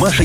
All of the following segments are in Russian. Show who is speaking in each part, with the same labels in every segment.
Speaker 1: Маша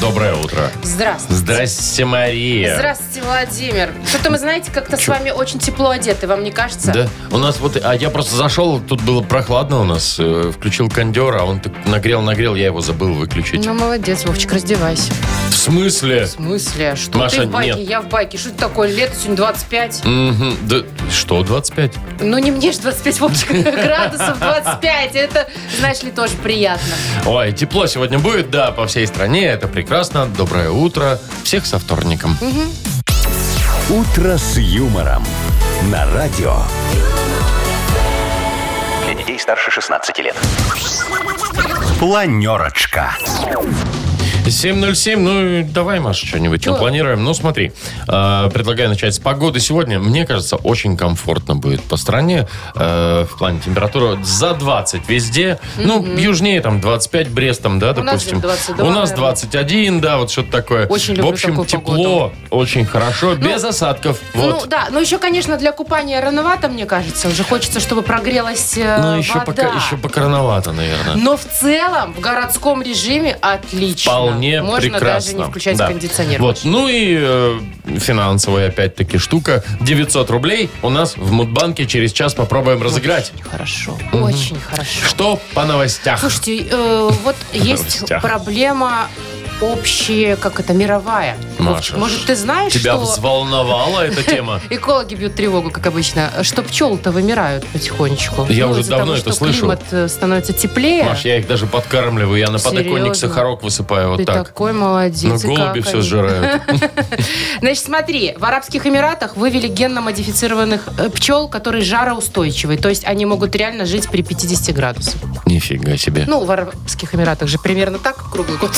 Speaker 2: Доброе утро.
Speaker 3: Здравствуйте.
Speaker 2: Здрасте, Мария.
Speaker 3: Здравствуйте, Владимир. Что-то мы, знаете, как-то с вами очень тепло одеты, вам не кажется?
Speaker 2: Да, у нас вот, а я просто зашел, тут было прохладно у нас, э, включил кондер, а он так нагрел, нагрел, я его забыл выключить.
Speaker 3: Ну, молодец, Вовчик, раздевайся.
Speaker 2: В смысле?
Speaker 3: В смысле? Что
Speaker 2: Маша,
Speaker 3: ты в байке,
Speaker 2: нет.
Speaker 3: я в байке. Что это такое? Лето сегодня 25.
Speaker 2: Мгм, да, что, 25?
Speaker 3: Ну, не мне же 25, Вовчик, градусов 25. Это, знаешь ли, тоже приятно.
Speaker 2: Ой, тепло сегодня будет, да, по всей стране, это прекрасно. Доброе утро. Всех со вторником.
Speaker 1: «Утро с юмором» на радио.
Speaker 4: Для детей старше 16 лет.
Speaker 1: Планерочка.
Speaker 2: 7.07, ну и давай, Маша, что-нибудь
Speaker 3: Чё?
Speaker 2: планируем. Ну смотри, э, предлагаю начать с погоды сегодня. Мне кажется, очень комфортно будет по стране э, в плане температуры за 20 везде. Ну, южнее там 25, Брестом, да,
Speaker 3: У нас
Speaker 2: допустим.
Speaker 3: же 22,
Speaker 2: У нас
Speaker 3: наверное.
Speaker 2: 21, да, вот что-то такое.
Speaker 3: Очень люблю
Speaker 2: В общем,
Speaker 3: такую
Speaker 2: тепло,
Speaker 3: погоду.
Speaker 2: очень хорошо, без осадков.
Speaker 3: Ну,
Speaker 2: Вот.
Speaker 3: да. Но еще, конечно, для купания рановато, мне кажется. Уже хочется, чтобы прогрелась э,
Speaker 2: Но Ну, еще
Speaker 3: вода.
Speaker 2: пока, еще пока рановато, наверное.
Speaker 3: Но в целом в городском режиме отлично.
Speaker 2: Вполне
Speaker 3: Можно
Speaker 2: прекрасно.
Speaker 3: даже не включать
Speaker 2: Да.
Speaker 3: кондиционер.
Speaker 2: Вот. Ну и э, финансовая опять-таки штука. 900 рублей у нас в Мудбанке через час попробуем разыграть.
Speaker 3: Очень хорошо. Очень хорошо.
Speaker 2: Что по новостях?
Speaker 3: Слушайте, э, вот есть
Speaker 2: новостях.
Speaker 3: проблема общая, как это, мировая.
Speaker 2: Маша,
Speaker 3: Вовчик, Может, ты знаешь,
Speaker 2: Тебя
Speaker 3: ну что...
Speaker 2: взволновала эта тема?
Speaker 3: Экологи бьют тревогу, как обычно, что пчелы-то вымирают потихонечку. Ну,
Speaker 2: Я уже
Speaker 3: из-за
Speaker 2: давно
Speaker 3: того,
Speaker 2: это
Speaker 3: что
Speaker 2: слышу.
Speaker 3: Климат э, становится теплее.
Speaker 2: Маш, я их даже подкармливаю. Я на подоконник
Speaker 3: Серьезно?
Speaker 2: сахарок высыпаю
Speaker 3: Ты
Speaker 2: вот так.
Speaker 3: такой молодец.
Speaker 2: Но
Speaker 3: и
Speaker 2: голуби
Speaker 3: как
Speaker 2: все
Speaker 3: они.
Speaker 2: сжирают.
Speaker 3: Значит, смотри, в Арабских Эмиратах вывели генно-модифицированных э, пчел, которые жароустойчивые. То есть они могут реально жить при 50 градусах.
Speaker 2: Нифига себе.
Speaker 3: Ну, в Арабских Эмиратах же примерно так круглый год.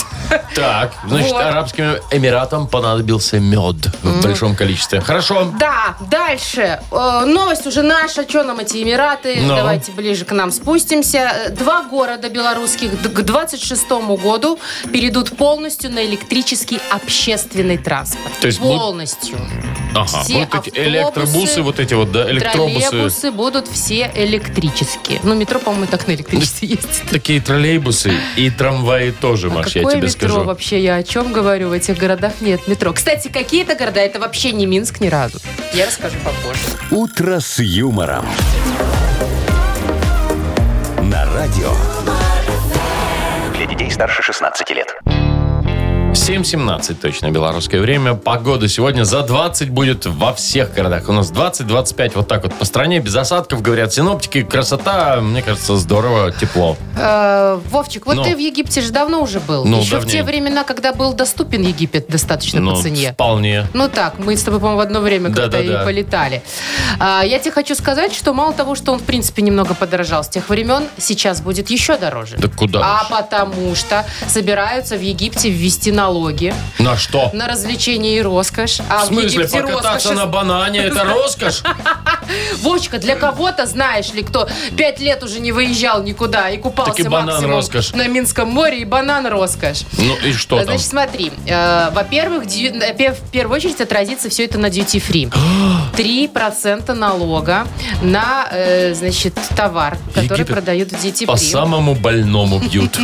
Speaker 2: Так, значит,
Speaker 3: вот.
Speaker 2: Арабским Эмиратам понадобился мед в большом количестве. Хорошо.
Speaker 3: Да, дальше. Э, новость уже наша. Что нам эти Эмираты?
Speaker 2: Ну.
Speaker 3: Давайте ближе к нам спустимся. Э, Два города белорусских д- к 26 году перейдут полностью на электрический общественный транспорт.
Speaker 2: То есть будут
Speaker 3: полностью.
Speaker 2: Ага.
Speaker 3: Все
Speaker 2: Вот эти
Speaker 3: автобусы,
Speaker 2: электробусы, вот эти вот, да, электробусы.
Speaker 3: Троллейбусы будут все электрические. Ну, метро, по-моему, и так на электричестве
Speaker 2: Ну,
Speaker 3: ездит.
Speaker 2: Такие троллейбусы и трамваи тоже,
Speaker 3: А
Speaker 2: Маш, я
Speaker 3: какое
Speaker 2: тебе
Speaker 3: метро
Speaker 2: скажу.
Speaker 3: вообще? Я о чем говорю? В этих городах нет метро. Кстати, какие-то города, это вообще не Минск ни разу. Я расскажу попозже.
Speaker 1: «Утро с юмором». На радио.
Speaker 4: Для детей старше 16 лет.
Speaker 2: 7.17 точно белорусское время. Погода сегодня за 20 будет во всех городах. У нас 20-25 вот так вот по стране, без осадков, говорят синоптики. Красота, мне кажется, здорово, тепло.
Speaker 3: Э, Вовчик, вот
Speaker 2: Ну.
Speaker 3: ты в Египте же давно уже был.
Speaker 2: Ну,
Speaker 3: Еще в те
Speaker 2: давненько.
Speaker 3: времена, когда был доступен Египет достаточно
Speaker 2: Ну,
Speaker 3: по цене.
Speaker 2: вполне.
Speaker 3: Ну так, мы с тобой, по-моему, в одно время как-то
Speaker 2: Да-да-да.
Speaker 3: и полетали. А, я тебе хочу сказать, что мало того, что он, в принципе, немного подорожал с тех времен, сейчас будет еще дороже.
Speaker 2: Да куда
Speaker 3: А
Speaker 2: уж.
Speaker 3: потому что собираются в Египте ввести налоги
Speaker 2: На что?
Speaker 3: на развлечения и роскошь. А
Speaker 2: В смысле,
Speaker 3: Египте
Speaker 2: покататься
Speaker 3: роскошь-
Speaker 2: на банане, это роскошь?
Speaker 3: Вовчика, для кого-то, знаешь ли, кто пять лет уже не выезжал никуда и купался
Speaker 2: Так и банан
Speaker 3: максимум
Speaker 2: роскошь.
Speaker 3: на Минском море, и банан роскошь.
Speaker 2: Ну и что там?
Speaker 3: А Значит, смотри, э, во-первых, дью- э, пе- в первую очередь отразится все это на duty free. 3% налога на, э, значит, товар, который
Speaker 2: Египет
Speaker 3: продают в duty
Speaker 2: По
Speaker 3: free.
Speaker 2: самому больному бьют.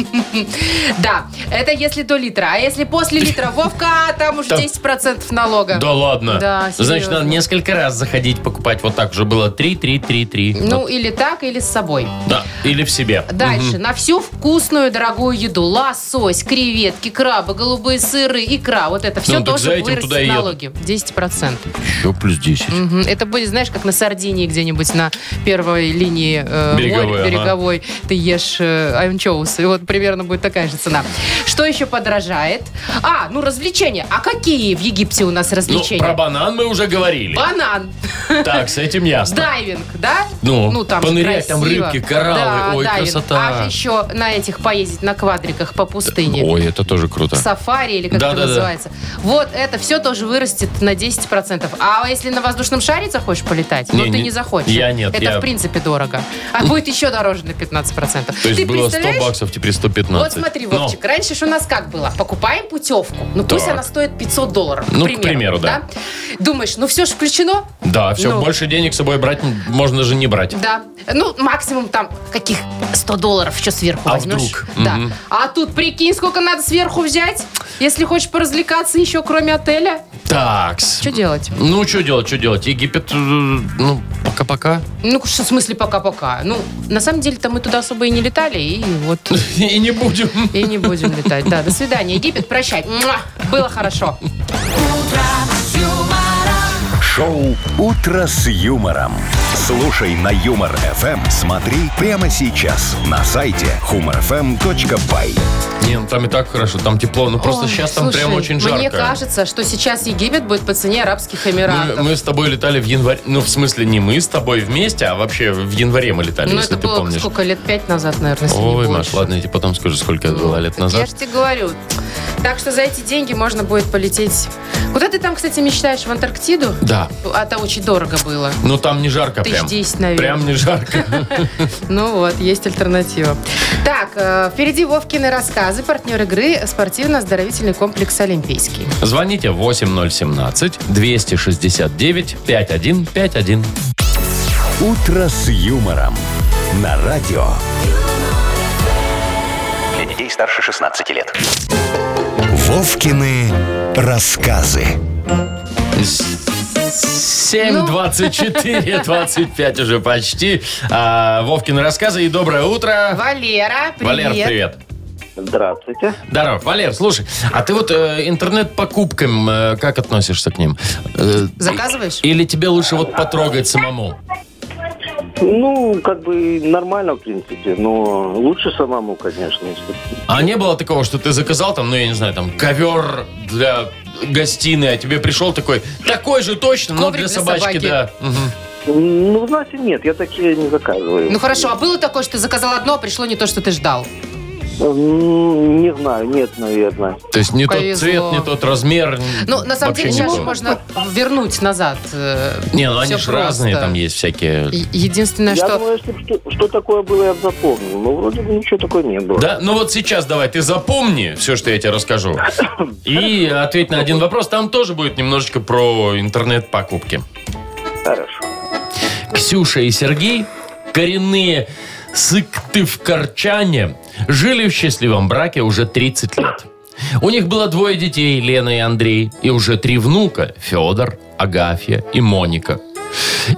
Speaker 3: Да, это если до литра. А если после литра, Вовка, там уже
Speaker 2: Там-
Speaker 3: 10% налога.
Speaker 2: Да ладно.
Speaker 3: Да,
Speaker 2: Значит, надо
Speaker 3: серьезно.
Speaker 2: несколько раз заходить покупать. Вот так уже было. Три, три, три, три.
Speaker 3: Ну, или так, или с собой.
Speaker 2: Да, или в себе.
Speaker 3: Дальше. На всю вкусную дорогую еду. Лосось, креветки, крабы, голубые сыры, икра. Вот это все
Speaker 2: Ну, так за
Speaker 3: тоже
Speaker 2: этим
Speaker 3: вырастет
Speaker 2: туда и едут.
Speaker 3: налоги. 10%.
Speaker 2: Еще плюс 10.
Speaker 3: Мгм. Это будет, знаешь, как на Сардинии где-нибудь на первой линии э, моря
Speaker 2: Береговой, ага.
Speaker 3: береговой. Ты ешь э, анчоусы. И вот примерно будет такая же цена. Что еще подорожает? А, ну развлечения. А какие в Египте у нас
Speaker 2: Ну,
Speaker 3: развлечения?
Speaker 2: про банан мы уже говорили.
Speaker 3: Банан.
Speaker 2: Так, с этим ясно.
Speaker 3: Дайвинг, да?
Speaker 2: Ну,
Speaker 3: там же
Speaker 2: понырять, там
Speaker 3: красиво.
Speaker 2: рыбки, кораллы.
Speaker 3: Да,
Speaker 2: Ой,
Speaker 3: дайвинг.
Speaker 2: красота.
Speaker 3: А же еще на этих поездить на квадриках по пустыне.
Speaker 2: Ой, это тоже круто.
Speaker 3: Сафари или как
Speaker 2: Да,
Speaker 3: это
Speaker 2: да, да.
Speaker 3: называется. Вот это все тоже вырастет на 10%. А если на воздушном шаре захочешь полетать,
Speaker 2: Не,
Speaker 3: но ты
Speaker 2: не-
Speaker 3: не захочешь.
Speaker 2: я нет,
Speaker 3: Это
Speaker 2: я- Ну.
Speaker 3: в принципе дорого. А будет еще дороже на 15%.
Speaker 2: То есть
Speaker 3: ты
Speaker 2: было 100
Speaker 3: представляешь?
Speaker 2: баксов, теперь 115.
Speaker 3: Вот смотри,
Speaker 2: Ну,
Speaker 3: Вовчик, а. раньше же у нас как было? Покупаем путевку. Ну пусть
Speaker 2: Так.
Speaker 3: она стоит 500 долларов.
Speaker 2: Ну, к примеру, да.
Speaker 3: Думаешь, ну все же включено?
Speaker 2: Да, все,
Speaker 3: Ну.
Speaker 2: больше денег с собой брать н- можно же не брать.
Speaker 3: Да. Ну, максимум там каких 100 долларов еще сверху
Speaker 2: А
Speaker 3: возьмешь.
Speaker 2: вдруг?
Speaker 3: Да.
Speaker 2: Мгм.
Speaker 3: А тут прикинь, сколько надо сверху взять, если хочешь поразвлекаться еще кроме отеля.
Speaker 2: Такс.
Speaker 3: Что делать?
Speaker 2: Ну, что делать, что делать? Египет, э, ну, пока-пока.
Speaker 3: Ну, что, в смысле пока-пока? Ну, на самом деле-то мы туда особо и не летали, и вот...
Speaker 2: И не будем.
Speaker 3: И не будем летать. Да, до свидания. Египет, прощай. Муа. Было хорошо.
Speaker 1: Шоу «Утро с юмором». Слушай на Юмор ФМ. Смотри прямо сейчас на сайте humorfm.by.
Speaker 2: Не, ну там и так хорошо, там тепло. Ну, просто
Speaker 3: Ой,
Speaker 2: сейчас там
Speaker 3: слушай,
Speaker 2: прям очень жарко. Ну,
Speaker 3: Мне кажется, что сейчас Египет будет по цене Арабских
Speaker 2: Мы,
Speaker 3: Эмиратов.
Speaker 2: мы с тобой летали в январе. Ну, в смысле, не мы с тобой вместе, а вообще в январе мы летали,
Speaker 3: ну,
Speaker 2: если
Speaker 3: это
Speaker 2: ты
Speaker 3: было
Speaker 2: помнишь.
Speaker 3: сколько? Лет пять назад, наверное, если не
Speaker 2: Ой, Маш,
Speaker 3: больше.
Speaker 2: ладно, я тебе потом скажу, сколько это было лет
Speaker 3: Так Я
Speaker 2: назад.
Speaker 3: же тебе говорю. Так что за эти деньги можно будет полететь. Куда ты там, кстати, мечтаешь? В Антарктиду?
Speaker 2: Да.
Speaker 3: А то очень дорого было.
Speaker 2: Ну, там не жарко
Speaker 3: Тысяч
Speaker 2: прям.
Speaker 3: десять, наверное.
Speaker 2: Прям не жарко.
Speaker 3: Ну вот, есть альтернатива. Так, э, впереди Вовкины рассказы. Партнер игры – спортивно-оздоровительный комплекс «Олимпийский».
Speaker 2: Звоните 8017-269-5151.
Speaker 1: «Утро с юмором» на радио.
Speaker 4: Для детей старше 16 лет.
Speaker 1: Вовкины рассказы.
Speaker 3: Ну.
Speaker 2: 724, 25 уже почти. А, Вовкины рассказы и доброе утро.
Speaker 3: Валера, привет.
Speaker 2: Валер, привет.
Speaker 5: Здравствуйте.
Speaker 2: Здорово. Валер, слушай, а ты вот э, интернет-покупкам, э, как относишься к ним? Э,
Speaker 3: Заказываешь?
Speaker 2: или тебе лучше вот потрогать самому?
Speaker 5: Ну, как бы нормально, в принципе, но лучше самому, конечно. если-
Speaker 2: А не было такого, что ты заказал там, ну я не знаю, там ковер для гостиной, а тебе пришел такой, такой же точно, но
Speaker 3: Коврик
Speaker 2: для
Speaker 3: для
Speaker 2: собачки,
Speaker 3: собаки.
Speaker 2: да. Мгм.
Speaker 5: Ну, в Насе нет, я такие не заказываю.
Speaker 3: Ну хорошо, а было такое, что ты заказал одно, а пришло не то, что ты ждал?
Speaker 5: М, Не знаю, нет, наверное.
Speaker 2: То есть не тот
Speaker 3: Повезло.
Speaker 2: цвет, не тот размер.
Speaker 3: Ну, на самом
Speaker 2: вообще
Speaker 3: деле,
Speaker 2: не
Speaker 3: сейчас
Speaker 2: то.
Speaker 3: же можно вернуть назад. э,
Speaker 2: Не, ну
Speaker 3: всё
Speaker 2: они же
Speaker 3: просто.
Speaker 2: разные, там есть всякие.
Speaker 3: Е- Единственное,
Speaker 5: я
Speaker 3: Ну, что...
Speaker 5: думаю, если б что, что такое было, я бы запомнил. Но вроде бы ничего такого не было.
Speaker 2: Да, ну вот сейчас давай, ты запомни все, что я тебе расскажу. И ответь на один вопрос. Там тоже будет немножечко про интернет-покупки.
Speaker 5: Хорошо.
Speaker 2: Ксюша и Сергей, коренные сыктывкарчане, жили в счастливом браке уже 30 лет. У них было двое детей, Лена и Андрей, и уже три внука, Федор, Агафья и Моника.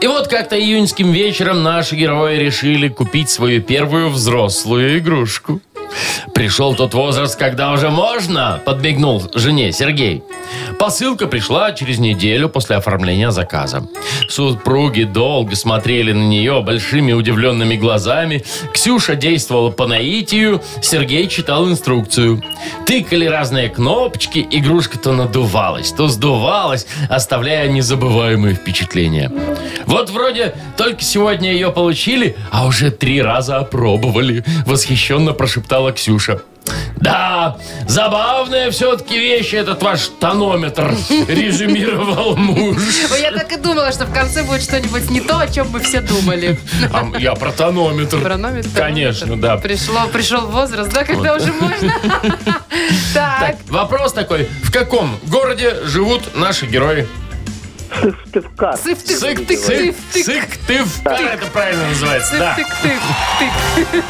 Speaker 2: И вот как-то июньским вечером наши герои решили купить свою первую взрослую игрушку. Пришел тот возраст, когда уже можно, подмигнул жене Сергей. Посылка пришла через неделю после оформления заказа. Супруги долго смотрели на нее большими удивленными глазами. Ксюша действовала по наитию, Сергей читал инструкцию. Тыкали разные кнопочки, игрушка то надувалась, то сдувалась, оставляя незабываемые впечатления. Вот вроде только сегодня ее получили, а уже три раза опробовали, восхищенно прошептала Ксюша. Да, забавная все-таки вещь этот ваш тонометр, резюмировал муж.
Speaker 3: Ой, Я так и думала, что в конце будет что-нибудь не то, о чем мы все думали.
Speaker 2: А я про тонометр.
Speaker 3: Пронометр.
Speaker 2: Конечно, да.
Speaker 3: Пришло, пришел возраст, да, когда уже можно.
Speaker 2: Так,
Speaker 3: Так,
Speaker 2: вопрос такой. В каком городе живут наши герои?
Speaker 5: Сыктывкар.
Speaker 3: сыв тык
Speaker 2: Сык-
Speaker 3: тык тык тык
Speaker 2: Сыктывкар, это правильно называется,
Speaker 3: сыв
Speaker 2: да.
Speaker 3: тык тык тык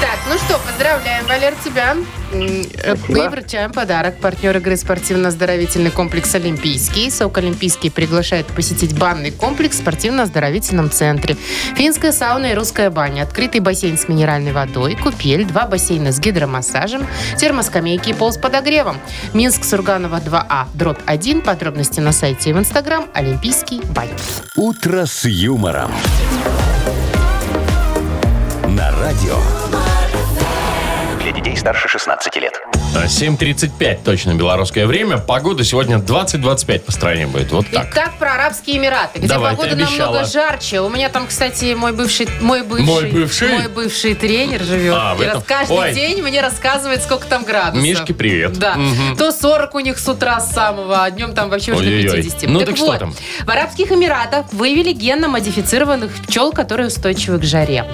Speaker 3: Так, ну что, поздравляем, Валер, тебя. М, э, Мы вручаем подарок. Партнер игры спортивно-оздоровительный комплекс «Олимпийский». «Сок Олимпийский» приглашает посетить банный комплекс в спортивно-оздоровительном центре. Финская сауна и русская баня. Открытый бассейн с минеральной водой, купель, два бассейна с гидромассажем, термоскамейки и пол с подогревом. Минск, Сурганова 2А, дробь 1. Подробности на сайте и в Инстаграм «Олимпийский бань».
Speaker 1: «Утро с юмором». На радио.
Speaker 4: Для детей старше 16 лет.
Speaker 2: Понятно. 7.35 точно белорусское время. Погода сегодня 20-25 по стране будет. Вот так.
Speaker 3: Итак, про Арабские Эмираты, где
Speaker 2: Давай, ты
Speaker 3: погода
Speaker 2: обещала.
Speaker 3: намного жарче. У меня там, кстати, мой бывший... Мой бывший?
Speaker 2: Мой бывший?
Speaker 3: мой бывший тренер живет.
Speaker 2: А, в
Speaker 3: и
Speaker 2: этом-
Speaker 3: раз- каждый
Speaker 2: Ой.
Speaker 3: день мне рассказывает, сколько там градусов.
Speaker 2: Мишке привет.
Speaker 3: Да. То 40 у них с утра с самого, а днем там вообще уже до
Speaker 2: Ой-ой-ой.
Speaker 3: 50.
Speaker 2: Ну так что
Speaker 3: вот,
Speaker 2: там?
Speaker 3: В Арабских Эмиратах выявили генно-модифицированных пчел, которые устойчивы к жаре.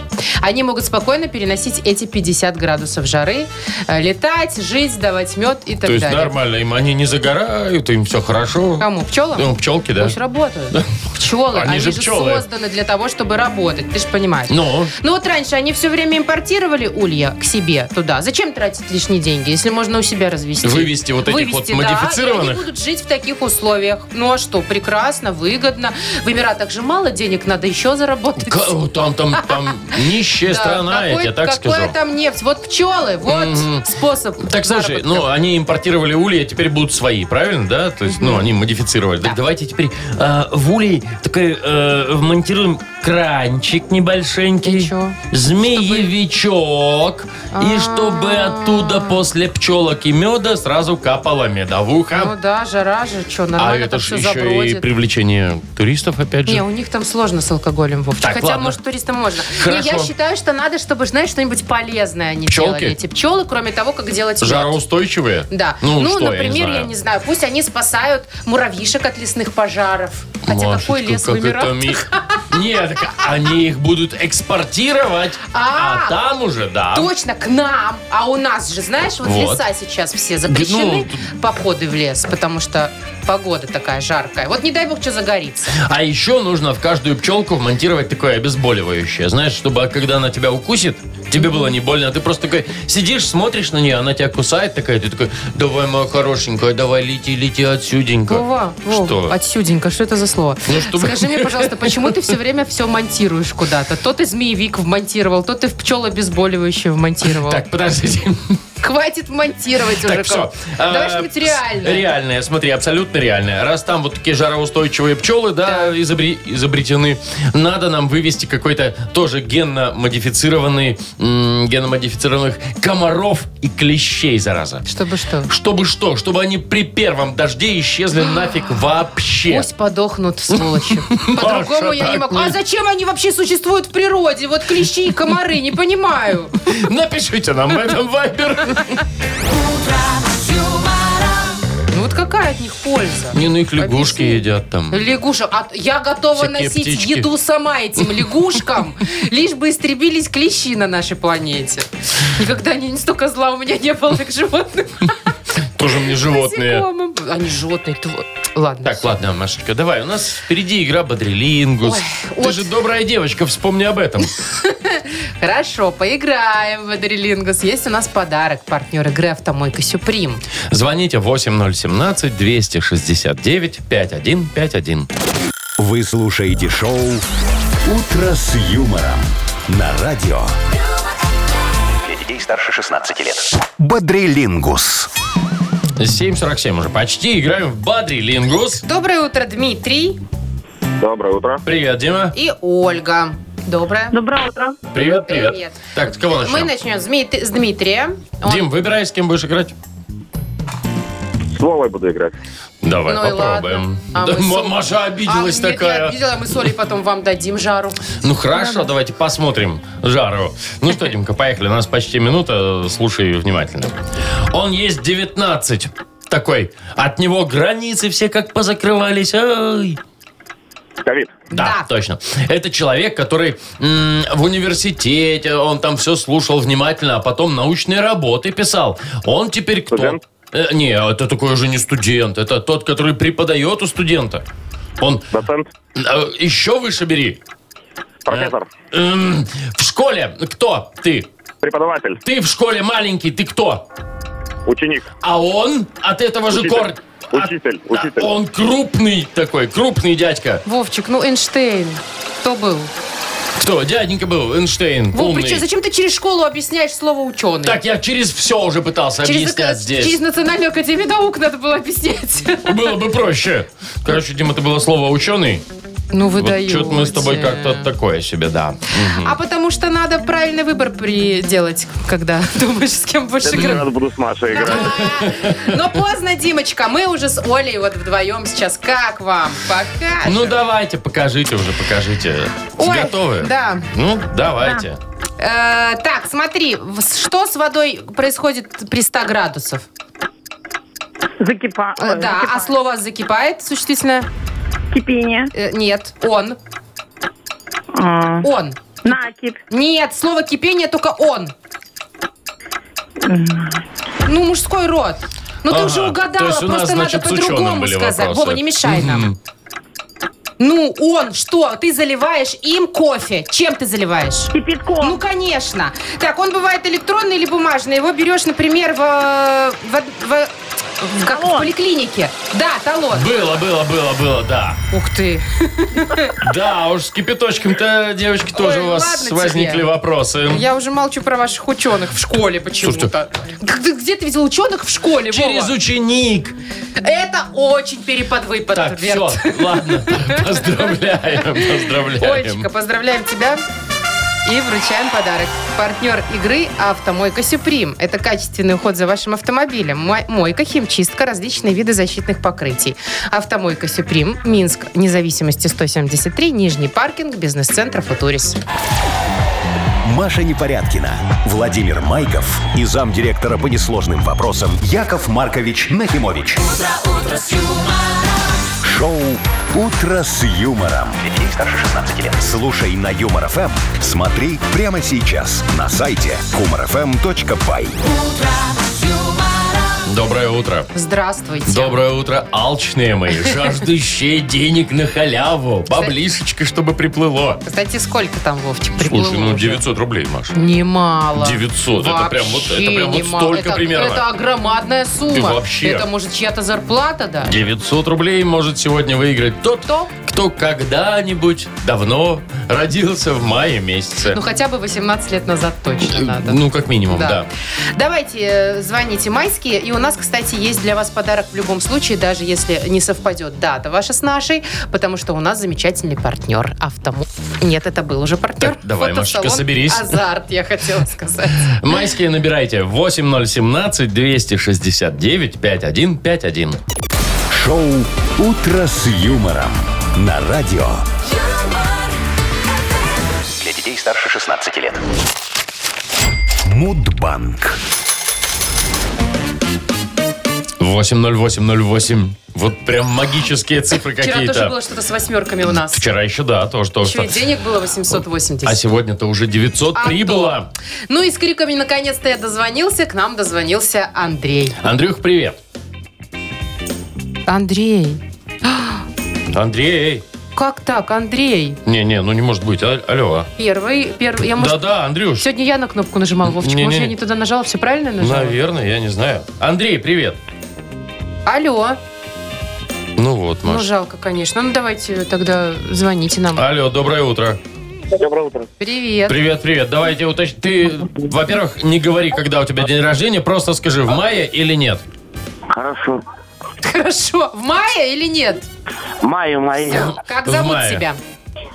Speaker 3: Они могут спокойно переносить эти 50 градусов жары, э, летать, жить, давать мед и так
Speaker 2: То есть
Speaker 3: далее.
Speaker 2: нормально, им они не загорают, им все хорошо.
Speaker 3: Кому? Пчелам?
Speaker 2: Ну, пчелки, да.
Speaker 3: Пусть работают. Пчелы,
Speaker 2: Они
Speaker 3: они,
Speaker 2: же
Speaker 3: же,
Speaker 2: пчелы.
Speaker 3: созданы для того, чтобы работать. Ты же понимаешь.
Speaker 2: Ну,
Speaker 3: Ну вот раньше они все время импортировали улья к себе туда. Зачем тратить лишние деньги, если можно у себя развести?
Speaker 2: Вывести вот этих вот
Speaker 3: да, и
Speaker 2: модифицированных?
Speaker 3: они будут жить в таких условиях. Ну а что, прекрасно, выгодно. В Эмиратах же мало денег, надо еще заработать.
Speaker 2: к- там, там, там нищая
Speaker 3: Да,
Speaker 2: страна, я
Speaker 3: какой-
Speaker 2: тебе так
Speaker 3: какая
Speaker 2: скажу.
Speaker 3: там нефть? Вот пчелы, вот
Speaker 2: Мгм.
Speaker 3: способ.
Speaker 2: Так, слушай,
Speaker 3: заработка.
Speaker 2: ну, они импортировали ули, а теперь будут свои, правильно, да? То есть, ну, они модифицировали. Так давайте теперь э, в улей такой э, вмонтируем кранчик небольшенький.
Speaker 3: И чё?
Speaker 2: Змеевичок. И чтобы оттуда после пчелок и меда сразу капала
Speaker 3: Ну
Speaker 2: медовуха.
Speaker 3: да, жара же, что,
Speaker 2: А
Speaker 3: нормально
Speaker 2: это
Speaker 3: там
Speaker 2: же
Speaker 3: все
Speaker 2: еще и
Speaker 3: забродит.
Speaker 2: привлечение туристов, опять
Speaker 3: Не,
Speaker 2: же.
Speaker 3: у них там сложно с алкоголем, Вовчик.
Speaker 2: Так,
Speaker 3: Хотя,
Speaker 2: ладно.
Speaker 3: может, туристам можно.
Speaker 2: Хорошо.
Speaker 3: Не, я считаю, что надо, чтобы, знаешь, что-нибудь полезное они
Speaker 2: Пчелки?
Speaker 3: делали. Эти пчелы, кроме того, как делать мед.
Speaker 2: Жароустойчивые?
Speaker 3: Да.
Speaker 2: Ну, что,
Speaker 3: например,
Speaker 2: я не знаю.
Speaker 3: знаю, пусть они спасают муравьишек от лесных пожаров. Хотя какой
Speaker 2: Машечка,
Speaker 3: лес
Speaker 2: как
Speaker 3: вымирает?
Speaker 2: это ми- Нет, так они их будут экспортировать, а,
Speaker 3: А,
Speaker 2: там уже, да.
Speaker 3: Точно, к нам. А у нас же, знаешь, вот,
Speaker 2: Вот. ну,
Speaker 3: леса сейчас все запрещены,
Speaker 2: тут-
Speaker 3: походы в лес, потому что погода такая жаркая. Вот не дай бог, что загорится.
Speaker 2: А еще нужно в каждую пчелку вмонтировать такое обезболивающее. Знаешь, чтобы а, когда она тебя укусит, тебе было не больно. а Ты просто такой сидишь, смотришь на нее, она тебя кусает такая. Ты такой, давай, моя хорошенькая, давай, лети, лети отсюденько.
Speaker 3: Вова, Вов,
Speaker 2: Что?
Speaker 3: отсюденько, что это за слово?
Speaker 2: Ну, чтобы-
Speaker 3: Скажи мне, пожалуйста, почему ты все время все монтируешь куда-то? То ты змеевик вмонтировал, то ты в пчелобезболивающее вмонтировал.
Speaker 2: Так, подождите.
Speaker 3: Хватит монтировать уже.
Speaker 2: Так, Э, все.
Speaker 3: Давай что-нибудь реальное.
Speaker 2: Реальное, смотри, абсолютно реальное. Раз там вот такие жароустойчивые пчелы, да, изобре- изобретены, надо нам вывести какой-то тоже генно-модифицированный, м, генно-модифицированных комаров и клещей, зараза.
Speaker 3: Чтобы что?
Speaker 2: Чтобы что? Чтобы они при первом дожде исчезли нафиг вообще.
Speaker 3: Пусть подохнут, сволочи. По-другому я не
Speaker 2: так
Speaker 3: могу.
Speaker 2: не-
Speaker 3: А зачем они вообще существуют в природе? Вот клещи и комары, не понимаю.
Speaker 2: Напишите нам в этом вайбер.
Speaker 3: Ну вот какая от них польза?
Speaker 2: Не, ну их лягушки
Speaker 3: Объясни.
Speaker 2: едят там.
Speaker 3: Лягушек. А я готова
Speaker 2: Всякие
Speaker 3: носить
Speaker 2: птички.
Speaker 3: еду сама этим лягушкам, лишь бы истребились клещи на нашей планете. Никогда не, не столько зла у меня не было к животным.
Speaker 2: Тоже мне животные.
Speaker 3: насекомым. Они животные. ты вот. Ладно.
Speaker 2: Так, ладно, Машечка, давай. У нас впереди игра Бодрилингус.
Speaker 3: Ой,
Speaker 2: Ты
Speaker 3: вот.
Speaker 2: же добрая девочка, вспомни об этом.
Speaker 3: Хорошо, поиграем в Адрелингус. Есть у нас подарок. Партнер игры «Автомойка Сюприм».
Speaker 2: Звоните 8017-269-5151.
Speaker 1: Вы слушаете шоу «Утро с юмором» на радио
Speaker 4: Для детей старше 16 лет.
Speaker 1: «Бодрилингус».
Speaker 2: 747 уже почти. Играем в Бодрилингус.
Speaker 3: Доброе утро, Дмитрий
Speaker 5: Доброе утро.
Speaker 2: Привет, Дима.
Speaker 3: и Ольга. Доброе.
Speaker 6: Доброе утро.
Speaker 2: Привет, привет.
Speaker 3: Ну, Привет.
Speaker 2: Так, с кого начнем?
Speaker 3: Мы начнем с, Мит- с Дмитрия. Он-
Speaker 2: Дим, выбирай, с кем будешь играть.
Speaker 5: С Вовой буду играть.
Speaker 2: Давай,
Speaker 3: Ну и
Speaker 2: попробуем.
Speaker 3: ладно. А
Speaker 2: Да,
Speaker 3: мы с-
Speaker 2: М- Маша обиделась
Speaker 3: А, нет, Я
Speaker 2: такая.
Speaker 3: обидела, мы соли потом вам дадим жару.
Speaker 2: Ну хорошо, давайте посмотрим жару. Ну что, Димка, поехали. У нас почти минута. Слушай внимательно. Он есть 19. Такой. От него границы все как позакрывались. Ай.
Speaker 5: Ковид.
Speaker 2: Да,
Speaker 3: Да.
Speaker 2: точно. Это человек, который м, в университете, он там все слушал внимательно, а потом научные работы писал. Он теперь кто?
Speaker 5: Студент?
Speaker 2: Э, не, это такой уже не студент. Это тот, который преподает у студента. Он
Speaker 5: Доцент.
Speaker 2: э, еще выше бери.
Speaker 5: Профессор.
Speaker 2: Эм, в школе кто ты?
Speaker 5: Преподаватель.
Speaker 2: Ты в школе маленький, ты кто?
Speaker 5: Ученик.
Speaker 2: А он от этого же
Speaker 5: Учитель.
Speaker 2: корня.
Speaker 3: А-
Speaker 2: От-
Speaker 5: Учитель,
Speaker 2: Да,
Speaker 5: учитель.
Speaker 2: Он крупный такой, крупный дядька.
Speaker 3: Вовчик, ну Эйнштейн. Кто был?
Speaker 2: Кто? Дяденька был, Эйнштейн,
Speaker 3: Вов,
Speaker 2: умный.
Speaker 3: причем, зачем ты через школу объясняешь слово ученый?
Speaker 2: Так, я через все уже пытался
Speaker 3: через,
Speaker 2: объяснять здесь.
Speaker 3: через Национальную академию наук надо было объяснять.
Speaker 2: Было бы проще. Короче, Дима, это было слово ученый.
Speaker 3: Ну, вы даете.
Speaker 2: что-то мы с тобой как-то такое себе, да.
Speaker 3: А потому что надо правильный выбор при- делать, когда думаешь, с кем больше
Speaker 5: Это не
Speaker 3: играть.
Speaker 5: надо буду с Машей играть.
Speaker 3: Но поздно, Димочка. Мы уже с Олей вот вдвоем сейчас. Как вам? Пока.
Speaker 2: Ну, давайте, покажите уже, покажите.
Speaker 3: Ой,
Speaker 2: Готовы?
Speaker 3: да.
Speaker 2: Ну, давайте.
Speaker 3: Э, так, смотри, в- что с водой происходит при 100 градусов?
Speaker 6: Закипа...
Speaker 3: Э,
Speaker 6: ой,
Speaker 3: Да,
Speaker 6: закипа-
Speaker 3: а слово «закипает» существительное?
Speaker 6: Кипение.
Speaker 3: Э, нет, «он».
Speaker 6: А,
Speaker 3: «Он».
Speaker 6: Накипь.
Speaker 3: Нет, слово «кипение» только «он». Ну, мужской род. Ну, ты
Speaker 2: Ага,
Speaker 3: уже
Speaker 2: то
Speaker 3: угадала,
Speaker 2: есть у нас,
Speaker 3: просто
Speaker 2: значит, с
Speaker 3: надо
Speaker 2: ученым
Speaker 3: по-другому
Speaker 2: были
Speaker 3: сказать.
Speaker 2: вопросы.
Speaker 3: Вова, не мешай
Speaker 2: Мгм.
Speaker 3: нам. Ну, он что? Ты заливаешь им кофе. Чем ты заливаешь?
Speaker 6: Кипятком.
Speaker 3: Ну, конечно. Так, он бывает электронный или бумажный. Его берешь, например, в, э, в- в- в- как, в
Speaker 6: Талон.
Speaker 3: поликлинике. Да, талон.
Speaker 2: Было, было, было, было, да.
Speaker 3: Ух ты.
Speaker 2: Да, уж с кипяточком-то, девочки, тоже
Speaker 3: Ой,
Speaker 2: у вас
Speaker 3: ладно тебе.
Speaker 2: возникли вопросы.
Speaker 3: Я уже молчу про ваших ученых в школе почему-то. Г- Где, ты видел ученых в школе,
Speaker 2: Через
Speaker 3: Вова?
Speaker 2: ученик.
Speaker 3: Это очень перепад-выпад.
Speaker 2: Так,
Speaker 3: Верт.
Speaker 2: все, ладно. Поздравляем,
Speaker 3: Олечка,
Speaker 2: поздравляем.
Speaker 3: поздравляем тебя. И вручаем подарок. Партнер игры «Автомойка Сюприм». Это качественный уход за вашим автомобилем. Мой- Мойка, химчистка, различные виды защитных покрытий. «Автомойка Сюприм», Минск, независимости 173, Нижний паркинг, бизнес-центр «Футурис».
Speaker 1: Маша Непорядкина, Владимир Майков и замдиректора по несложным вопросам Яков Маркович Нахимович. Шоу Утро с юмором.
Speaker 4: Детей старше 16 лет.
Speaker 1: Слушай на юмор ФМ. Смотри прямо сейчас на сайте эм humorfm.by.
Speaker 2: Доброе утро.
Speaker 3: Здравствуйте.
Speaker 2: Доброе утро, алчные мои, жаждущие денег на халяву. Баблишечка, чтобы приплыло.
Speaker 3: Кстати, сколько там, Вовчик, приплыло
Speaker 2: Слушай, ну
Speaker 3: уже?
Speaker 2: 900 рублей, Маша.
Speaker 3: Немало.
Speaker 2: 900, это прям вот- это прям вот
Speaker 3: Вообще немало.
Speaker 2: столько
Speaker 3: это,
Speaker 2: примерно.
Speaker 3: Это громадная сумма.
Speaker 2: Ты вообще.
Speaker 3: Это, может, чья-то зарплата, да?
Speaker 2: 900 рублей может сегодня выиграть тот,
Speaker 3: Кто?
Speaker 2: кто когда-нибудь давно родился в мае месяце.
Speaker 3: Ну, хотя бы 18 лет назад точно надо.
Speaker 2: Ну, как минимум, да.
Speaker 3: Давайте, э, звоните майские. И у нас, кстати, есть для вас подарок в любом случае, даже если не совпадет дата ваша с нашей, потому что у нас замечательный партнер. Автому... Нет, это был уже партнер.
Speaker 2: Так, давай,
Speaker 3: Фотосалон
Speaker 2: Машечка, соберись.
Speaker 3: Азарт, я хотела сказать.
Speaker 2: Майские набирайте 8017-269-5151.
Speaker 1: Шоу Утро с юмором на радио.
Speaker 4: Для детей старше 16 лет.
Speaker 1: Мудбанк.
Speaker 2: 80808. Вот прям магические цифры
Speaker 3: Вчера тоже было
Speaker 2: какие-то.
Speaker 3: что-то с восьмерками у нас.
Speaker 2: Вчера еще, да, тоже, тоже.
Speaker 3: Еще и денег было 880.
Speaker 2: А сегодня-то уже 900
Speaker 3: А
Speaker 2: прибыло.
Speaker 3: Ну и с криками наконец-то я дозвонился. К нам дозвонился Андрей.
Speaker 2: Андрюх, привет.
Speaker 3: Андрей.
Speaker 2: Андрей.
Speaker 3: Как так, Андрей?
Speaker 2: Не-не, ну не может быть. А- Алло.
Speaker 3: Первый, первый. Я, может,
Speaker 2: Да-да, Андрюш.
Speaker 3: Сегодня я на кнопку нажимал, Вовчик.
Speaker 2: Не-не-не.
Speaker 3: Может, я не туда нажала? Все правильно нажала?
Speaker 2: Наверное, я не знаю. Андрей, привет.
Speaker 3: Алло.
Speaker 2: Ну вот,
Speaker 3: Ну,
Speaker 2: Маша. А,
Speaker 3: жалко, конечно. Ну, давайте тогда звоните нам.
Speaker 2: Алло, доброе утро.
Speaker 5: Доброе утро.
Speaker 3: Привет.
Speaker 2: Привет, привет. Давайте уточним. Ты, во-первых, не говори, когда у тебя день рождения, просто скажи, в мае или нет.
Speaker 5: Хорошо.
Speaker 3: Хорошо. В мае или нет?
Speaker 5: Маю, маю.
Speaker 3: Как
Speaker 2: В
Speaker 3: зовут
Speaker 2: мае.
Speaker 3: тебя?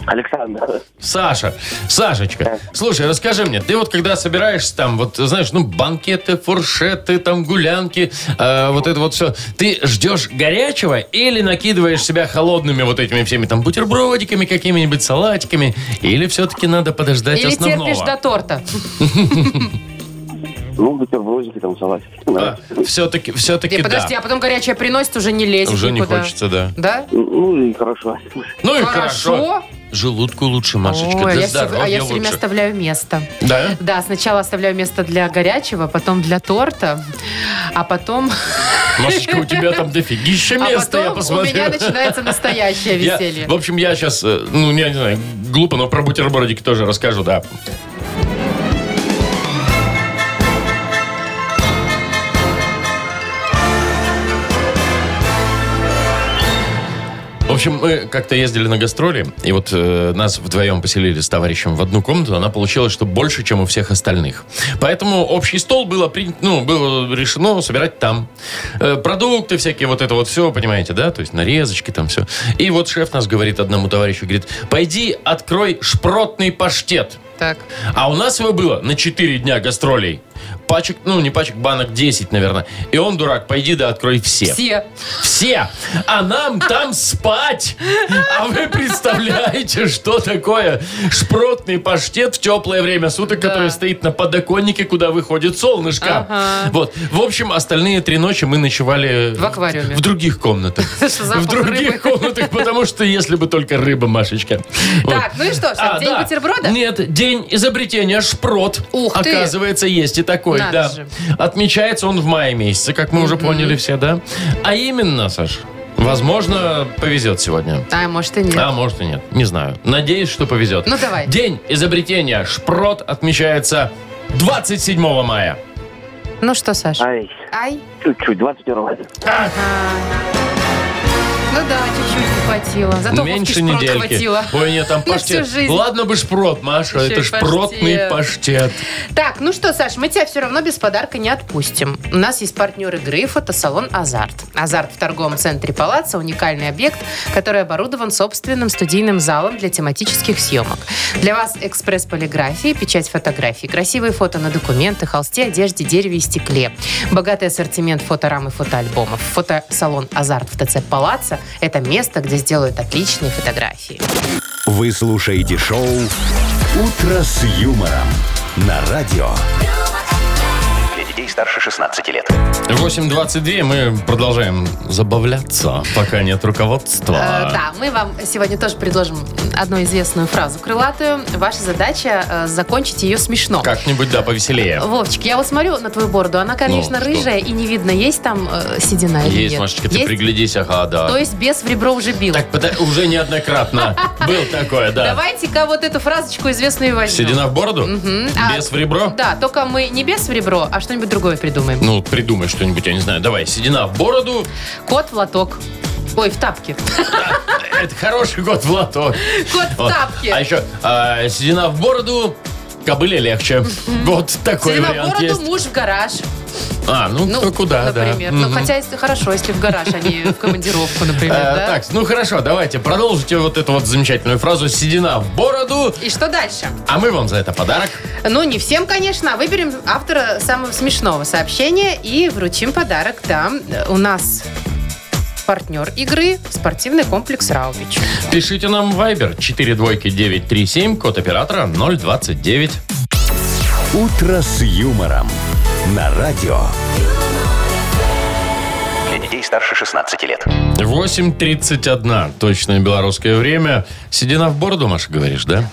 Speaker 5: Александр.
Speaker 2: Саша, Сашечка, слушай, расскажи мне, ты вот когда собираешься там, вот знаешь, ну, банкеты, фуршеты, там, гулянки, э, вот это вот все, ты ждешь горячего или накидываешь себя холодными вот этими всеми там бутербродиками, какими-нибудь салатиками, или все-таки надо подождать
Speaker 3: Или
Speaker 2: основного?
Speaker 3: терпишь до торта? Э,
Speaker 5: Ну, бутербродики там салатики. Да.
Speaker 2: Все-таки,
Speaker 3: Э,
Speaker 2: все-таки
Speaker 3: Подожди,
Speaker 2: А, да.
Speaker 3: а потом горячая приносит, уже не лезет
Speaker 2: Уже не
Speaker 3: никуда.
Speaker 2: хочется, да.
Speaker 3: Да?
Speaker 5: Ну и хорошо.
Speaker 2: Ну и хорошо.
Speaker 3: Хорошо.
Speaker 2: Желудку лучше, Машечка,
Speaker 3: Ой,
Speaker 2: для
Speaker 3: я всё-
Speaker 2: здоровья
Speaker 3: а я все
Speaker 2: лучше.
Speaker 3: время оставляю место.
Speaker 2: Да?
Speaker 3: Да, сначала оставляю место для горячего, потом для торта, а потом,
Speaker 2: Машечка, у тебя там дофигища
Speaker 3: а
Speaker 2: места, я
Speaker 3: потом у
Speaker 2: посмотрю.
Speaker 3: меня начинается настоящее
Speaker 2: Я-
Speaker 3: веселье.
Speaker 2: в общем, я сейчас, ну, я не знаю, глупо, но про бутербродики тоже расскажу, да. В общем, мы как-то ездили на гастроли, и вот э, нас вдвоем поселили с товарищем в одну комнату. Она получилась, что больше, чем у всех остальных. Поэтому общий стол было, при- ну, было решено собирать там. Э, продукты всякие, вот это вот все, понимаете, да? То есть нарезочки там все. И вот шеф нас говорит одному товарищу, говорит, пойди открой шпротный паштет.
Speaker 3: Так.
Speaker 2: А у нас его было на 4 дня гастролей. Пачек, ну не пачек, банок 10, наверное. И он, дурак, пойди да открой все.
Speaker 3: Все.
Speaker 2: Все. А нам там спать. А вы представляете, что такое шпротный паштет в теплое время суток,
Speaker 3: Да.
Speaker 2: который стоит на подоконнике, куда выходит солнышко.
Speaker 3: Ага.
Speaker 2: Вот. В общем, остальные три ночи мы ночевали...
Speaker 3: В аквариуме.
Speaker 2: В других комнатах.
Speaker 3: Что, запах
Speaker 2: В других
Speaker 3: рыбы?
Speaker 2: комнатах, потому что если бы только рыба, Машечка. Вот.
Speaker 3: Так, ну и что, всё,
Speaker 2: А,
Speaker 3: день
Speaker 2: да.
Speaker 3: бутерброда?
Speaker 2: Нет, день изобретения шпрот.
Speaker 3: Ух ты.
Speaker 2: Оказывается, есть и такой,
Speaker 3: Надо
Speaker 2: да.
Speaker 3: же.
Speaker 2: Отмечается он в мае месяце, как мы уже поняли все, да? А именно, Саш, возможно, повезет сегодня.
Speaker 3: А, может и нет.
Speaker 2: А может и нет, не знаю. Надеюсь, что повезет.
Speaker 3: Ну, давай.
Speaker 2: День изобретения шпрот отмечается 27 мая.
Speaker 3: Ну что, Саша?
Speaker 5: Ай,
Speaker 3: Ай.
Speaker 5: чуть-чуть, 22
Speaker 3: Ну да, чуть-чуть не хватило. Зато Вовке
Speaker 2: Меньше
Speaker 3: шпрот
Speaker 2: недельки.
Speaker 3: хватило.
Speaker 2: Ой, нет, там
Speaker 3: На
Speaker 2: паштет.
Speaker 3: всю жизнь.
Speaker 2: Ладно бы шпрот, Маша,
Speaker 3: Еще
Speaker 2: это
Speaker 3: и
Speaker 2: шпротный паштет.
Speaker 3: паштет. Так, ну что, Саш, мы тебя все равно без подарка не отпустим. У нас есть партнер игры фотосалон «Азарт». «Азарт» в торговом центре «Палаца» – уникальный объект, который оборудован собственным студийным залом для тематических съемок. Для вас экспресс полиграфии, печать фотографий, красивые фото на документы, холсте, одежде, дереве и стекле. Богатый ассортимент фоторам и фотоальбомов. Фотосалон «Азарт» в ТЦ «Палаца» – это место, где сделают отличные фотографии.
Speaker 1: Вы слушаете шоу «Утро с юмором» на радио.
Speaker 4: Для детей старше 16 лет.
Speaker 2: 8.22, мы продолжаем забавляться, пока нет руководства.
Speaker 3: Э, Да, мы вам сегодня тоже предложим одну известную фразу крылатую. Ваша задача э, закончить ее смешно.
Speaker 2: Как-нибудь, да, повеселее.
Speaker 3: Вовчик, я вот смотрю на твою бороду, она, конечно,
Speaker 2: Ну, что?
Speaker 3: рыжая, и не видно, есть там э, седина или
Speaker 2: Есть,
Speaker 3: нет.
Speaker 2: Машечка, ты
Speaker 3: Есть?
Speaker 2: приглядись, ага, да.
Speaker 3: То есть без в ребро уже бил.
Speaker 2: Так, пода- уже неоднократно был такое, да.
Speaker 3: Давайте-ка вот эту фразочку известную и возьмем.
Speaker 2: Седина в бороду?
Speaker 3: Мгм. А,
Speaker 2: Без в ребро?
Speaker 3: Да, только мы не без в ребро, а что-нибудь другое придумаем.
Speaker 2: Ну, придумай что-нибудь, я не знаю. Давай, седина в бороду.
Speaker 3: Кот в лоток. Ой, в тапке.
Speaker 2: Это хороший год в лото.
Speaker 3: Кот в
Speaker 2: Вот.
Speaker 3: тапке.
Speaker 2: А еще а, седина в бороду, кобыле легче. Вот такой
Speaker 3: Седина в
Speaker 2: вариант
Speaker 3: бороду,
Speaker 2: есть.
Speaker 3: муж в гараж.
Speaker 2: А, ну, кто куда,
Speaker 3: например.
Speaker 2: да.
Speaker 3: Ну,
Speaker 2: Мгм.
Speaker 3: хотя если хорошо, если в гараж, а не в командировку, например,
Speaker 2: Э,
Speaker 3: да?
Speaker 2: Так, ну хорошо, давайте продолжите вот эту вот замечательную фразу «седина в бороду»,
Speaker 3: И что дальше?
Speaker 2: а мы вам за это подарок.
Speaker 3: Ну, не всем, конечно, а выберем автора самого смешного сообщения и вручим подарок, да. У нас партнер игры – спортивный комплекс «Раубич».
Speaker 2: Пишите нам в Viber 42937, код оператора 029.
Speaker 1: «Утро с юмором» на радио.
Speaker 4: Для детей старше 16 лет.
Speaker 2: 8.31, точное белорусское время. Седина в бороду, Маша, говоришь, да?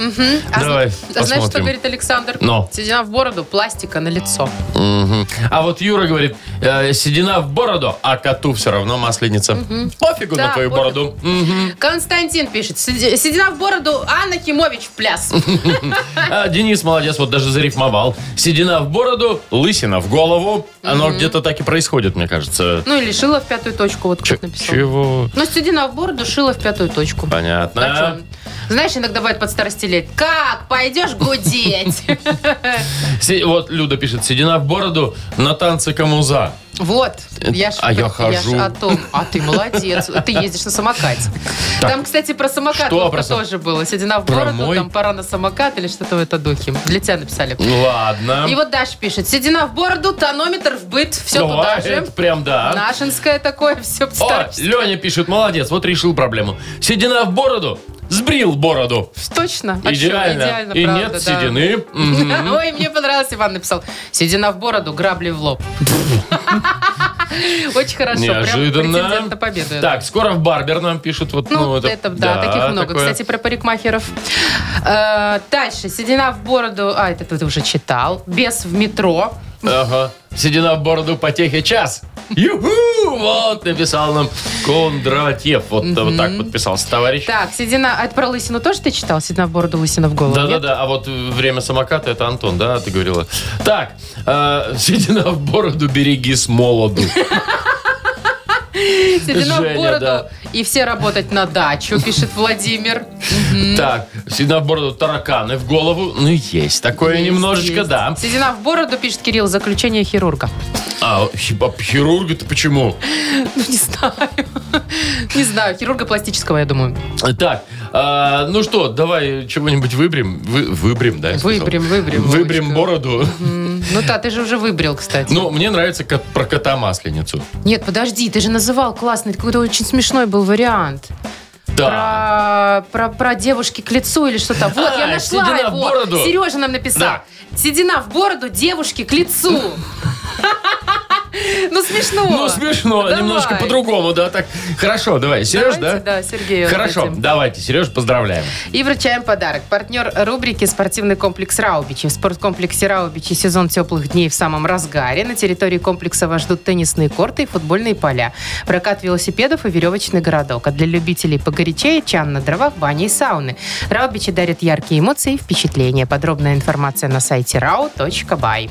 Speaker 3: А
Speaker 2: Давай,
Speaker 3: зна- а знаешь, что
Speaker 2: посмотрим.
Speaker 3: говорит Александр?
Speaker 2: Но.
Speaker 3: Седина в бороду, пластика на лицо.
Speaker 2: Мгм. А вот Юра говорит, э, седина в бороду, а коту все равно масленица. Пофигу
Speaker 3: Да,
Speaker 2: на твою
Speaker 3: пофиг.
Speaker 2: бороду. Мгм.
Speaker 3: Константин пишет, «Седи- седина в бороду, Анна Химович в пляс.
Speaker 2: А Денис молодец, вот даже зарифмовал. Седина в бороду, лысина в голову. Оно где-то так и происходит, мне кажется.
Speaker 3: Ну, или шила в пятую точку, вот
Speaker 2: Ч-
Speaker 3: кто-то написал.
Speaker 2: Чего?
Speaker 3: Ну, седина в бороду, шила в пятую точку. А
Speaker 2: Понятно.
Speaker 3: чё? Знаешь, иногда бывает под старости лет. Как? Пойдешь гудеть?
Speaker 2: Се- Вот Люда пишет, седина в бороду, на танцы камуза.
Speaker 3: Вот. Я ж-
Speaker 2: А я
Speaker 3: ж
Speaker 2: хожу.
Speaker 3: о том. А ты молодец. Ты ездишь на самокате.
Speaker 2: Так.
Speaker 3: Там, кстати, про самокат
Speaker 2: Что
Speaker 3: Вовка,
Speaker 2: про сам-
Speaker 3: тоже было. Седина в
Speaker 2: Про
Speaker 3: бороду,
Speaker 2: мой?
Speaker 3: там пора на самокат или что-то в это духе. Для тебя написали.
Speaker 2: Ну ладно.
Speaker 3: И вот Даша пишет. Седина в бороду, тонометр в быт. Все
Speaker 2: Ну, а,
Speaker 3: туда же.
Speaker 2: это Прям да.
Speaker 3: Нашинское такое, все
Speaker 2: А? О,
Speaker 3: старческое.
Speaker 2: Леня пишет, молодец, вот решил проблему. Седина в бороду, сбрил бороду.
Speaker 3: Точно. А чё,
Speaker 2: Идеально.
Speaker 3: Идеально,
Speaker 2: И
Speaker 3: правда,
Speaker 2: нет
Speaker 3: да.
Speaker 2: седины. Мгм.
Speaker 3: Ой, мне понравилось, Иван написал. Седина в бороду, грабли в лоб. Очень хорошо. прям претендент
Speaker 2: Неожиданно.
Speaker 3: на победу. я
Speaker 2: Так, скоро в Барбер нам пишут. Вот,
Speaker 3: Ну, это, да, таких много.
Speaker 2: такое.
Speaker 3: Кстати, про парикмахеров. Э, дальше. Седина в бороду. А, это ты уже читал. Без в метро.
Speaker 2: Ага. Седина в бороду, потехи час. Юху! Вот написал нам Кондратьев. Вот, вот так вот писал товарищ.
Speaker 3: Так, седина... А это про лысину тоже ты читал? Седина в бороду, лысина в голову? нет?
Speaker 2: Да-да-да, а вот э, время самоката, это Антон, да, ты говорила? Так, э, седина в бороду, береги с молоду.
Speaker 3: Седина в
Speaker 2: Женя,
Speaker 3: бороду
Speaker 2: да.
Speaker 3: И все работать на дачу, пишет Владимир.
Speaker 2: Так, седина в бороду тараканы в голову. Ну, есть такое
Speaker 3: Есть,
Speaker 2: немножечко,
Speaker 3: есть.
Speaker 2: да.
Speaker 3: Седина в бороду, пишет Кирилл, заключение хирурга.
Speaker 2: А хиба- хирурга-то почему?
Speaker 3: Ну, не знаю. Не знаю, хирурга пластического, я думаю.
Speaker 2: Так, а, ну что, давай чего-нибудь выберем. Вы, выберем, да? я сказал?
Speaker 3: Выбрим, выбрим.
Speaker 2: Выберем
Speaker 3: Вовочка.
Speaker 2: бороду.
Speaker 3: М, Ну да, ты же уже выбрил, кстати.
Speaker 2: Ну, мне нравится кот- про кота-масленицу.
Speaker 3: Нет, подожди, ты же называл классный, какой-то очень смешной был вариант.
Speaker 2: Да.
Speaker 3: Про, про, про девушки к лицу или что-то. Вот,
Speaker 2: А,
Speaker 3: я нашла
Speaker 2: седина в
Speaker 3: его.
Speaker 2: бороду.
Speaker 3: Сережа нам написал. Седина в бороду, девушки к лицу. Ну, смешно.
Speaker 2: Ну, смешно,
Speaker 3: Давай.
Speaker 2: немножко по-другому, да, так. Хорошо, давай, Сереж,
Speaker 3: Давайте,
Speaker 2: да?
Speaker 3: Да, Сергей.
Speaker 2: Хорошо, давайте, Сереж, поздравляем.
Speaker 3: И вручаем подарок. Партнер рубрики «Спортивный комплекс Раубичи». В спорткомплексе Раубичи сезон теплых дней в самом разгаре. На территории комплекса вас ждут теннисные корты и футбольные поля, прокат велосипедов и веревочный городок. А для любителей погорячее – чан на дровах, бани и сауны. Раубичи дарят яркие эмоции и впечатления. Подробная информация на сайте rau.by.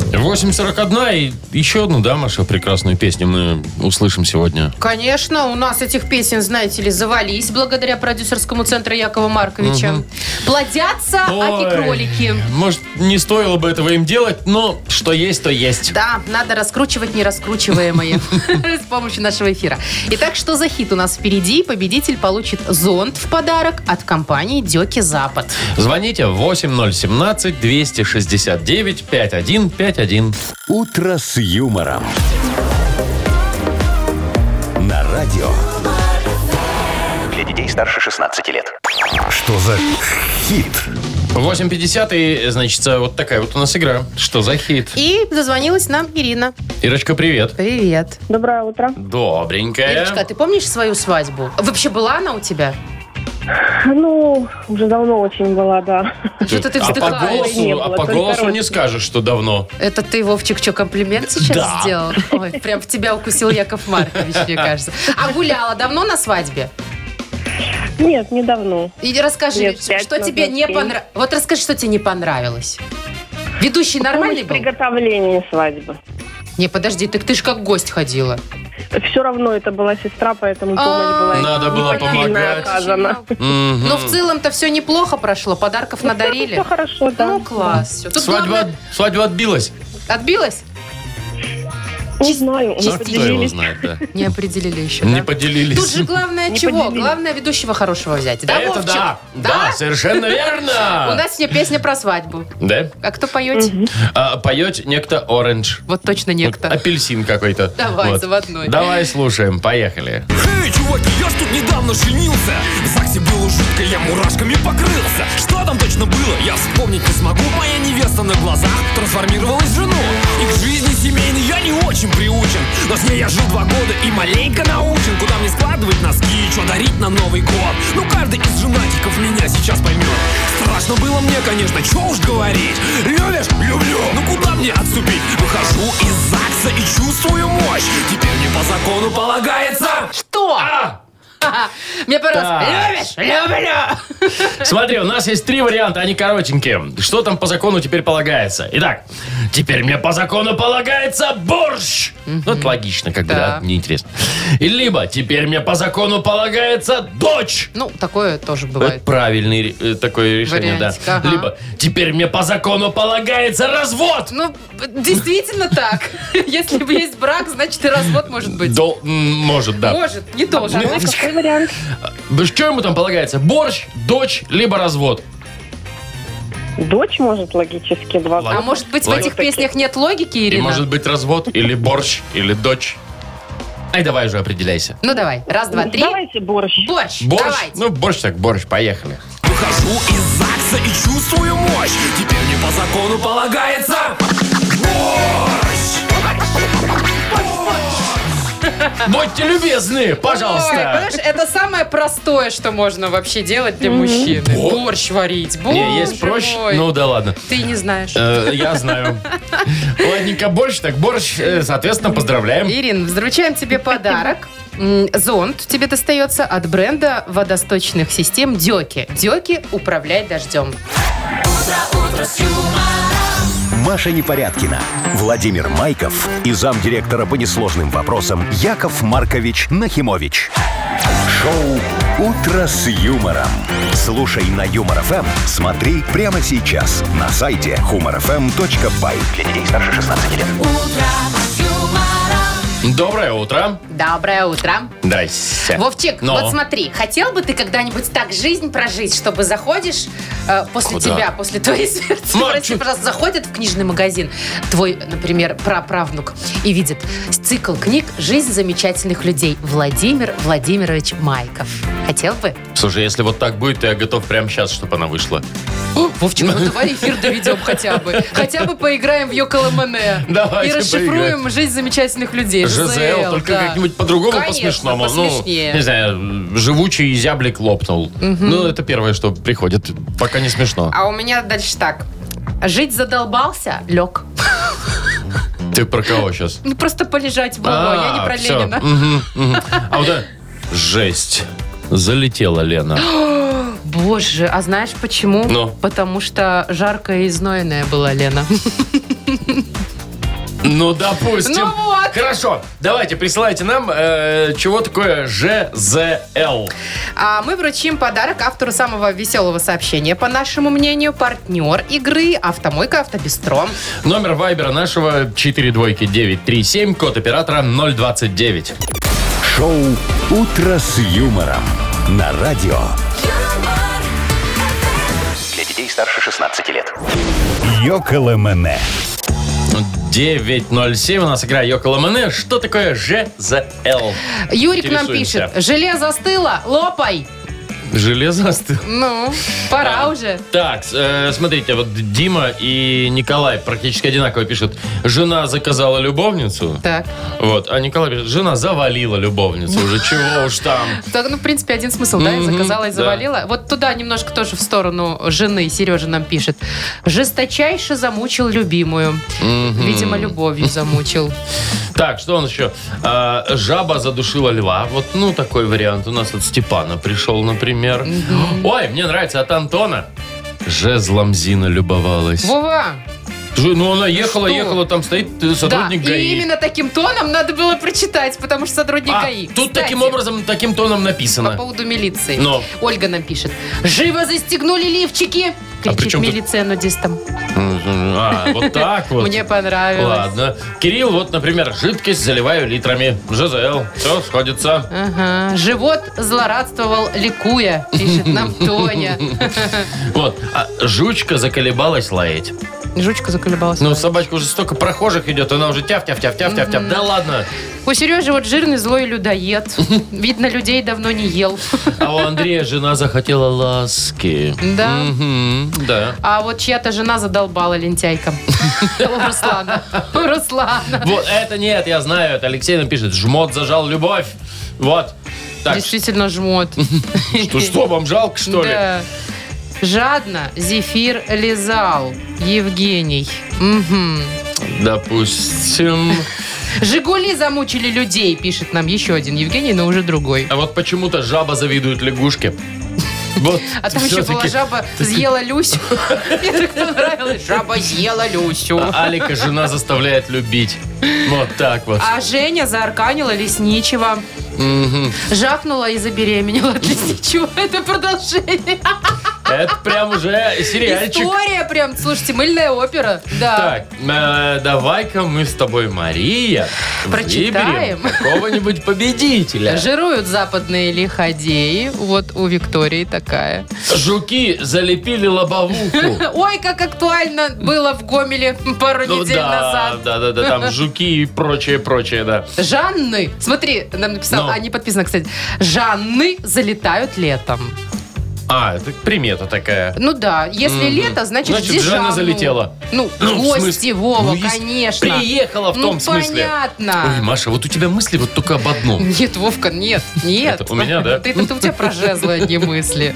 Speaker 2: 8.41 и еще одну, да, Маша, прекрасную песню мы услышим сегодня.
Speaker 3: Конечно, у нас этих песен, знаете ли, завались благодаря продюсерскому центру Якова Марковича. Плодятся аки-кролики.
Speaker 2: Ой, Может, не стоило бы этого им делать, но что есть, то есть.
Speaker 3: Да, надо раскручивать нераскручиваемые с помощью нашего эфира. Итак, что за хит у нас впереди? Победитель получит зонт в подарок от компании Деки Запад.
Speaker 2: Звоните 8017-269-5151.
Speaker 1: «Утро с юмором». На радио.
Speaker 4: Для детей старше 16 лет.
Speaker 1: Что за хит?
Speaker 2: 8.50 и, значит, вот такая вот у нас игра. Что за хит?
Speaker 3: И дозвонилась нам Ирина.
Speaker 2: Ирочка, привет.
Speaker 3: Привет.
Speaker 6: Доброе утро. Э?
Speaker 2: Добренькая.
Speaker 3: Ирочка, ты помнишь свою свадьбу? Вообще была она у тебя?
Speaker 6: Ну, уже давно очень была, да.
Speaker 3: Что-то ты
Speaker 2: а по
Speaker 3: вздыхаешь.
Speaker 2: голосу,
Speaker 6: Не
Speaker 2: а
Speaker 6: было,
Speaker 2: по
Speaker 6: только
Speaker 2: голосу не
Speaker 6: короткий.
Speaker 2: скажешь, что давно.
Speaker 3: Это ты, Вовчик, что, комплимент сейчас
Speaker 2: Да.
Speaker 3: сделал? Ой, прям в тебя укусил Яков Маркович, мне кажется. А гуляла давно на свадьбе?
Speaker 6: Нет, недавно.
Speaker 3: И расскажи,
Speaker 6: Лет пять
Speaker 3: что тебе
Speaker 6: назад,
Speaker 3: не
Speaker 6: семь.
Speaker 3: понравилось. Вот расскажи, что тебе не понравилось. Ведущий нормальный
Speaker 6: Ну,
Speaker 3: был?
Speaker 6: Помощь в приготовлении свадьбы.
Speaker 3: Не, подожди, так ты ж как гость ходила.
Speaker 6: Все равно это была сестра, поэтому помощь
Speaker 3: А,
Speaker 6: была.
Speaker 2: Надо было
Speaker 6: непосильно
Speaker 2: помогать.
Speaker 6: оказана.
Speaker 2: Мгм.
Speaker 3: Но Ну, в целом-то все неплохо прошло, подарков надарили.
Speaker 6: Все хорошо, Ну, да.
Speaker 3: Ну, класс. всё. Тут
Speaker 2: Свадьба,
Speaker 3: главное-
Speaker 2: свадьба отбилась.
Speaker 3: Отбилась?
Speaker 6: Не знаю, не
Speaker 2: Ну, кто его
Speaker 6: поделились.
Speaker 2: знает, да.
Speaker 3: Не определили еще,
Speaker 2: Не
Speaker 3: да?
Speaker 2: поделились.
Speaker 3: Тут же главное
Speaker 6: Не
Speaker 3: чего?
Speaker 6: поделили.
Speaker 3: Главное ведущего хорошего взять. Да,
Speaker 2: Это
Speaker 3: Вовчик?
Speaker 2: да, да,
Speaker 3: Да?
Speaker 2: совершенно
Speaker 3: У
Speaker 2: верно.
Speaker 3: нас сегодня песня про свадьбу.
Speaker 2: Да?
Speaker 3: А кто поете?
Speaker 2: А, Поет некто Оранж.
Speaker 3: Вот точно
Speaker 2: Вот
Speaker 3: некто.
Speaker 2: апельсин какой-то.
Speaker 3: Давай,
Speaker 2: Вот.
Speaker 3: заводной.
Speaker 2: Давай слушаем, поехали.
Speaker 7: Эй, чуваки, я ж тут недавно женился В ЗАГСе было жутко, я мурашками покрылся Что там точно было, я вспомнить не смогу Моя невеста на глазах трансформировалась в жену И к жизни семейной я не очень приучен Но с ней я жил два года и маленько научен Куда мне складывать носки, что дарить на Новый год Ну каждый из женатиков меня сейчас поймет Страшно было мне, конечно, что уж говорить Любишь? Люблю! Ну куда мне отступить? Выхожу из ЗАГСа и чувствую мощь Теперь мне по закону полагается
Speaker 3: Что?
Speaker 2: А!
Speaker 3: Ха-ха. Мне понравилось.
Speaker 2: Так. Смотри, у нас есть три варианта, они коротенькие. Что там по закону теперь полагается? Итак, теперь мне по закону полагается борщ. Ну, это логично, как бы, да,
Speaker 3: Да.
Speaker 2: неинтересно. И либо теперь мне по закону полагается дочь.
Speaker 3: Ну, такое тоже
Speaker 2: Это
Speaker 3: бывает.
Speaker 2: правильный э, такое решение,
Speaker 3: Вариантик,
Speaker 2: да.
Speaker 3: ага.
Speaker 2: Либо теперь мне по закону полагается развод.
Speaker 3: Ну, действительно так. Если бы есть брак, значит и развод может быть.
Speaker 2: Дол- м, может, да.
Speaker 3: Может, не должен.
Speaker 2: Ну,
Speaker 6: Какой вариант?
Speaker 2: Да что ему там полагается? Борщ, дочь, либо развод.
Speaker 6: Дочь может логически два.
Speaker 2: Логично.
Speaker 3: А может быть, в
Speaker 2: Логика.
Speaker 3: этих песнях нет логики,
Speaker 2: И
Speaker 3: Ирина?
Speaker 2: может быть развод, или борщ, или дочь. Ай, давай уже определяйся.
Speaker 3: Ну, давай. Раз, два, три.
Speaker 6: Давайте борщ.
Speaker 3: Борщ.
Speaker 2: Борщ?
Speaker 3: Давайте.
Speaker 2: Ну, борщ так борщ, поехали.
Speaker 7: Выхожу из ЗАГСа и чувствую мощь Теперь мне по закону полагается Мощь!
Speaker 2: Будьте любезны,
Speaker 3: Ой,
Speaker 2: пожалуйста.
Speaker 3: понимаешь, это самое простое, что можно вообще делать для мужчины.
Speaker 2: Бо-
Speaker 3: Борщ варить. Боже
Speaker 2: Не, есть проще.
Speaker 3: мой.
Speaker 2: Ну да ладно.
Speaker 3: Ты не знаешь.
Speaker 2: Э, я знаю. Ладненько, борщ, так борщ, э, соответственно, поздравляем.
Speaker 3: Ирин, взручаем тебе подарок. М, Зонт тебе достается от бренда водосточных систем Дёки. Дёки управляй дождем.
Speaker 8: утро с юмором.
Speaker 1: Маша Непорядкина, Владимир Майков и замдиректора по несложным вопросам Яков Маркович Нахимович. Шоу «Утро с юмором». Слушай на Юмор ФМ, смотри прямо сейчас на сайте humorfm.by. Для детей старше 16 лет.
Speaker 2: Доброе утро.
Speaker 3: Доброе утро.
Speaker 2: Здрасте.
Speaker 3: Вовчик,
Speaker 2: Но.
Speaker 3: вот смотри, хотел бы ты когда-нибудь так жизнь прожить, чтобы заходишь э, после
Speaker 2: Куда?
Speaker 3: тебя, после твоей смерти,
Speaker 2: Мам,
Speaker 3: прости,
Speaker 2: чё-
Speaker 3: пожалуйста, заходит в книжный магазин твой, например, праправнук и видит цикл книг «Жизнь замечательных людей» Владимир Владимирович Майков. Хотел бы?
Speaker 2: Слушай, если вот так будет, то я готов прямо сейчас, чтобы она вышла.
Speaker 3: Вовчик, ну давай эфир доведем хотя бы. Хотя бы поиграем в Йоколэмэне.
Speaker 2: Давайте
Speaker 3: И расшифруем
Speaker 2: поиграть.
Speaker 3: «Жизнь замечательных людей».
Speaker 2: ЖЗЛ, только
Speaker 3: да.
Speaker 2: как-нибудь по-другому,
Speaker 3: Конечно,
Speaker 2: по-смешному.
Speaker 3: посмешнее.
Speaker 2: Ну, не знаю, живучий зяблик лопнул. Ну, это первое, что приходит. Пока не смешно.
Speaker 3: А у меня дальше так. Жить задолбался, лег.
Speaker 2: Ты про кого А, сейчас?
Speaker 3: Ну, просто полежать, Вова, я не про Ленина.
Speaker 2: А вот это... Жесть. Залетела Лена.
Speaker 3: Боже, а знаешь почему?
Speaker 2: Ну?
Speaker 3: Потому что жаркая и знойная была Лена.
Speaker 2: Ну, допустим.
Speaker 3: Ну вот.
Speaker 2: Хорошо, давайте, присылайте нам, э, чего такое ЖЗЛ.
Speaker 3: А мы вручим подарок автору самого веселого сообщения, по нашему мнению, партнер игры «Автомойка Автобестро».
Speaker 2: Номер вайбера нашего 4 двойки 937, код оператора 029.
Speaker 1: Шоу «Утро с юмором» на радио.
Speaker 8: юмор,
Speaker 4: Для детей старше 16 лет.
Speaker 1: Йоколэмэне.
Speaker 2: 907 у нас игра Йокола Что такое ЖЗЛ?
Speaker 3: Юрик нам
Speaker 2: Интересуемся.
Speaker 3: пишет, железо стыло, лопай.
Speaker 2: Железо остыло.
Speaker 3: Ну, пора
Speaker 2: А.
Speaker 3: уже.
Speaker 2: Так, э, смотрите, вот Дима и Николай практически одинаково пишут. Жена заказала любовницу.
Speaker 3: Так.
Speaker 2: Вот, а Николай пишет, жена завалила любовницу уже. Чего уж там.
Speaker 3: Так, ну, в принципе, один смысл, да, и
Speaker 2: Мгм,
Speaker 3: заказала, и
Speaker 2: да.
Speaker 3: завалила. Вот туда немножко тоже в сторону жены Сережа нам пишет. Жесточайше замучил любимую. Видимо, любовью замучил.
Speaker 2: Так, что он еще? А, жаба задушила льва. Вот, ну, такой вариант у нас от Степана пришел, например. Ой, мне нравится от Антона. Жезлом Зина любовалась.
Speaker 3: Вова,
Speaker 2: Ж- Ну, она ехала,
Speaker 3: что?
Speaker 2: ехала, там стоит э,
Speaker 3: да,
Speaker 2: сотрудник
Speaker 3: и
Speaker 2: ГАИ.
Speaker 3: именно таким тоном надо было прочитать, потому что сотрудник
Speaker 2: А,
Speaker 3: ГАИ.
Speaker 2: тут
Speaker 3: Кстати,
Speaker 2: таким образом, таким тоном
Speaker 3: По
Speaker 2: написано.
Speaker 3: поводу милиции.
Speaker 2: Но.
Speaker 3: Ольга нам пишет. Живо застегнули лифчики!
Speaker 2: А при
Speaker 3: Кричит
Speaker 2: чем тут-
Speaker 3: милиция нудистам.
Speaker 2: А, вот так вот.
Speaker 3: Мне понравилось.
Speaker 2: Ладно. Кирилл, вот, например, жидкость заливаю литрами. ЖЗЛ. Все сходится.
Speaker 3: Ага. Живот злорадствовал, ликуя, пишет нам Тоня.
Speaker 2: Вот. А жучка заколебалась лаять.
Speaker 3: Жучка заколебалась.
Speaker 2: Ну, собачка уже столько прохожих идет, она уже тяв-тяв-тяв-тяв-тяв-тяв. Да ладно.
Speaker 3: У Сережи вот жирный злой людоед. Видно, людей давно не ел.
Speaker 2: А у Андрея жена захотела ласки.
Speaker 3: Да.
Speaker 2: Мгм, да.
Speaker 3: А вот чья-то жена задолбала лентяйка. У Руслана. У Руслана.
Speaker 2: Вот это нет, я знаю, это Алексей напишет. Жмот зажал любовь. Вот. Так,
Speaker 3: Действительно жмот.
Speaker 2: что, что, вам жалко, что ли?
Speaker 3: Да. Жадно зефир лизал. Евгений. Мгм.
Speaker 2: Допустим.
Speaker 3: Жигули замучили людей, пишет нам еще один Евгений, но уже другой.
Speaker 2: А вот почему-то жаба завидует лягушке. Вот.
Speaker 3: А там еще была
Speaker 2: всё-таки.
Speaker 3: жаба съела Люсю. Мне так понравилось. Жаба съела Люсю.
Speaker 2: А Алика жена заставляет любить. Вот так вот.
Speaker 3: А Женя заарканила лесничего.
Speaker 2: Мгм.
Speaker 3: Жахнула и забеременела от лесничего. Это продолжение.
Speaker 2: Это прям уже сериальчик.
Speaker 3: История прям. Слушайте, мыльная опера. Да.
Speaker 2: Так, э, давай-ка мы с тобой, Мария,
Speaker 3: Прочитаем.
Speaker 2: выберем какого-нибудь победителя.
Speaker 3: Жируют западные лиходеи. Вот у Виктории такая.
Speaker 2: Жуки залепили лобовуху.
Speaker 3: Ой, как актуально было в Гомеле пару
Speaker 2: Ну
Speaker 3: недель
Speaker 2: да,
Speaker 3: назад.
Speaker 2: да, да, да, там жуки и прочее, прочее, да.
Speaker 3: Жанны, смотри, нам написал,
Speaker 2: Но.
Speaker 3: а не подписано, кстати. Жанны залетают летом.
Speaker 2: А, это примета такая.
Speaker 3: Ну да, если
Speaker 2: Мгм.
Speaker 3: лето, значит,
Speaker 2: Значит,
Speaker 3: здесь
Speaker 2: Жанна
Speaker 3: Жанну.
Speaker 2: залетела.
Speaker 3: Ну,
Speaker 2: Ну, в
Speaker 3: гости,
Speaker 2: смысле?
Speaker 3: Вова,
Speaker 2: Ну, есть-
Speaker 3: конечно.
Speaker 2: Приехала в
Speaker 3: Ну,
Speaker 2: том смысле.
Speaker 3: понятно.
Speaker 2: Ой, Маша, вот у тебя мысли вот только об одном.
Speaker 3: Нет, Вовка, нет, нет.
Speaker 2: Это у меня, да?
Speaker 3: Ты, ты- ты- у тебя про жезлы одни мысли.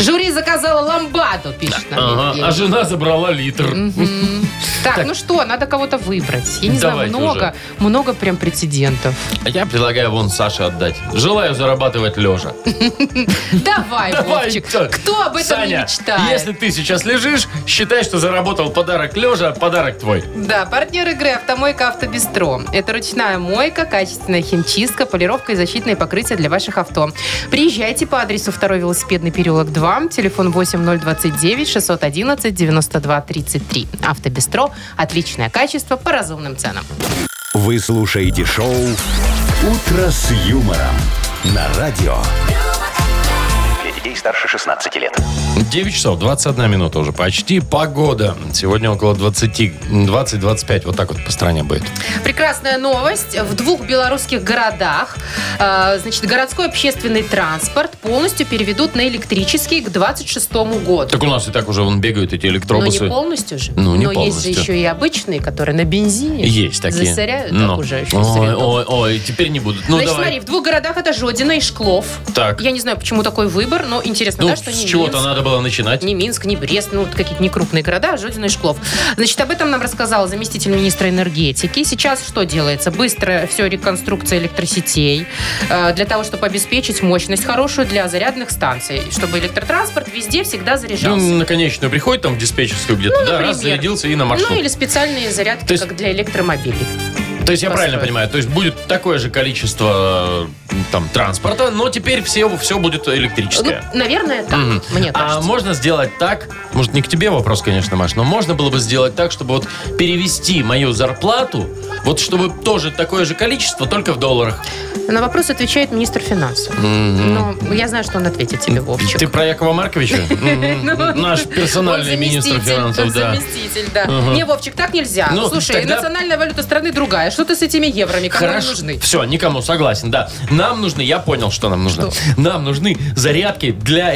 Speaker 3: Жюри заказала ламбаду, пишет нам
Speaker 2: Ага,
Speaker 3: Евгений.
Speaker 2: а жена забрала литр.
Speaker 3: Мгм. Так,
Speaker 2: Так.
Speaker 3: ну что, надо кого-то выбрать. Я не
Speaker 2: Давайте
Speaker 3: знаю, много, много прям прецедентов.
Speaker 2: А я предлагаю вон Саше отдать. Желаю зарабатывать лежа.
Speaker 3: Давай, Вовчик,
Speaker 2: так.
Speaker 3: кто об этом не
Speaker 2: Саня,
Speaker 3: мечтает?
Speaker 2: если ты сейчас лежишь, считай, что заработал подарок лежа, а подарок твой.
Speaker 3: Да, партнер игры «Автомойка Автобестро». Это ручная мойка, качественная химчистка, полировка и защитные покрытия для ваших авто. Приезжайте по адресу 2 велосипедный переулок 2, телефон 8029 611 92 33. «Автобестро» – отличное качество по разумным ценам.
Speaker 1: Вы слушаете шоу «Утро с юмором» на радио.
Speaker 4: Для детей старше 16 лет.
Speaker 2: 9 часов 21 минута уже почти. Погода. Сегодня около 20, 20-25. Вот так вот по стране будет.
Speaker 3: Прекрасная новость. В двух белорусских городах э, значит, городской общественный транспорт полностью переведут на электрический к 26 году.
Speaker 2: Так у нас и так уже вон бегают эти
Speaker 3: Но не
Speaker 2: электробусы.
Speaker 3: полностью же.
Speaker 2: Ну, не
Speaker 3: Но
Speaker 2: полностью.
Speaker 3: есть же еще и обычные, которые на бензине.
Speaker 2: Есть такие.
Speaker 3: Засоряют
Speaker 2: Ну.
Speaker 3: окружающую
Speaker 2: Ой,
Speaker 3: среду.
Speaker 2: ой, ой, теперь не будут. Ну
Speaker 3: Значит,
Speaker 2: давай.
Speaker 3: смотри, в двух городах это Жодина и Шклов.
Speaker 2: Так.
Speaker 3: Я не знаю, почему такой выбор, но интересно,
Speaker 2: ну,
Speaker 3: да, что
Speaker 2: с
Speaker 3: не
Speaker 2: чего-то
Speaker 3: Минск,
Speaker 2: надо было начинать.
Speaker 3: не Минск, не Брест, ну, вот какие-то не крупные города, а Жодина и Шклов. Значит, об этом нам рассказал заместитель министра энергетики. Сейчас что делается? Быстро все реконструкция электросетей э, для того, чтобы обеспечить мощность хорошую для зарядных станций, чтобы электротранспорт везде всегда
Speaker 2: Ну,
Speaker 3: заряжался.
Speaker 2: на конечную приходит там в диспетчерскую где-то, да, раз
Speaker 3: Ну, например.
Speaker 2: зарядился и на маршрут.
Speaker 3: Ну, или специальные зарядки,
Speaker 2: То есть-
Speaker 3: как для электромобилей.
Speaker 2: То есть я
Speaker 3: построить.
Speaker 2: правильно понимаю, то есть будет такое же количество э, там транспорта, но теперь все, все будет
Speaker 3: Ну,
Speaker 2: электрическое.
Speaker 3: наверное, так,
Speaker 2: Мгм.
Speaker 3: мне
Speaker 2: А
Speaker 3: кажется.
Speaker 2: можно сделать так, может не к тебе вопрос, конечно, Маш, но можно было бы сделать так, чтобы вот перевести мою зарплату, вот чтобы тоже такое же количество, только в долларах.
Speaker 3: На вопрос отвечает министр финансов. Но я знаю, что он ответит тебе, Вовчик.
Speaker 2: Ты про Якова Марковича? Мгм.
Speaker 3: Ну, он-
Speaker 2: Наш персональный
Speaker 3: Он
Speaker 2: министр
Speaker 3: заместитель, он
Speaker 2: финансов, да.
Speaker 3: заместитель, да.
Speaker 2: Ага.
Speaker 3: Не, Вовчик, так нельзя.
Speaker 2: Ну,
Speaker 3: Слушай,
Speaker 2: тогда-
Speaker 3: национальная валюта страны другая. Что ты с этими евроми? Кому они нужны?
Speaker 2: Все, никому согласен, да. Нам нужны, я понял, что нам нужно. Нам нужны зарядки для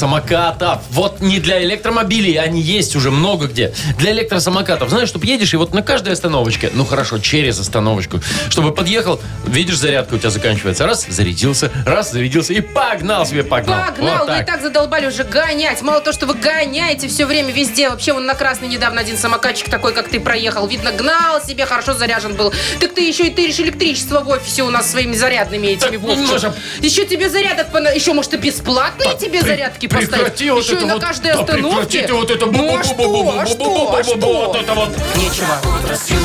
Speaker 2: электросамокатов. Вот не для электромобилей, они есть уже много где. Для электросамокатов. Знаешь, чтобы едешь, и вот на каждой остановочке, ну хорошо, через остановочку, чтобы подъехал, видишь, зарядка у тебя заканчивается. Раз, зарядился, раз, зарядился, и погнал себе, погнал.
Speaker 3: Погнал,
Speaker 2: Вот
Speaker 3: вы и так задолбали уже гонять. Мало того, что вы гоняете все время везде. Вообще, вон на красный недавно один самокатчик такой, как ты проехал. Видно, гнал себе, хорошо заряжен был. Так ты еще и тыришь электричество в офисе у нас своими зарядными этими,
Speaker 2: Так,
Speaker 3: Вовчик.
Speaker 2: Маша-
Speaker 3: Еще тебе зарядок, пона- еще, может, и бесплатные тебе
Speaker 2: Пре-
Speaker 3: зарядки поставить?
Speaker 2: прекрати вот
Speaker 3: Еще и
Speaker 2: это
Speaker 3: на
Speaker 2: вот.
Speaker 3: каждой
Speaker 2: Да
Speaker 3: остановке?
Speaker 2: прекратите вот это
Speaker 3: Ну а что, а что, а
Speaker 2: бу-бу-бу-бу-бу-бу-бу-бу-бу-бу.
Speaker 3: что?
Speaker 2: Вот это вот.
Speaker 3: Нечего.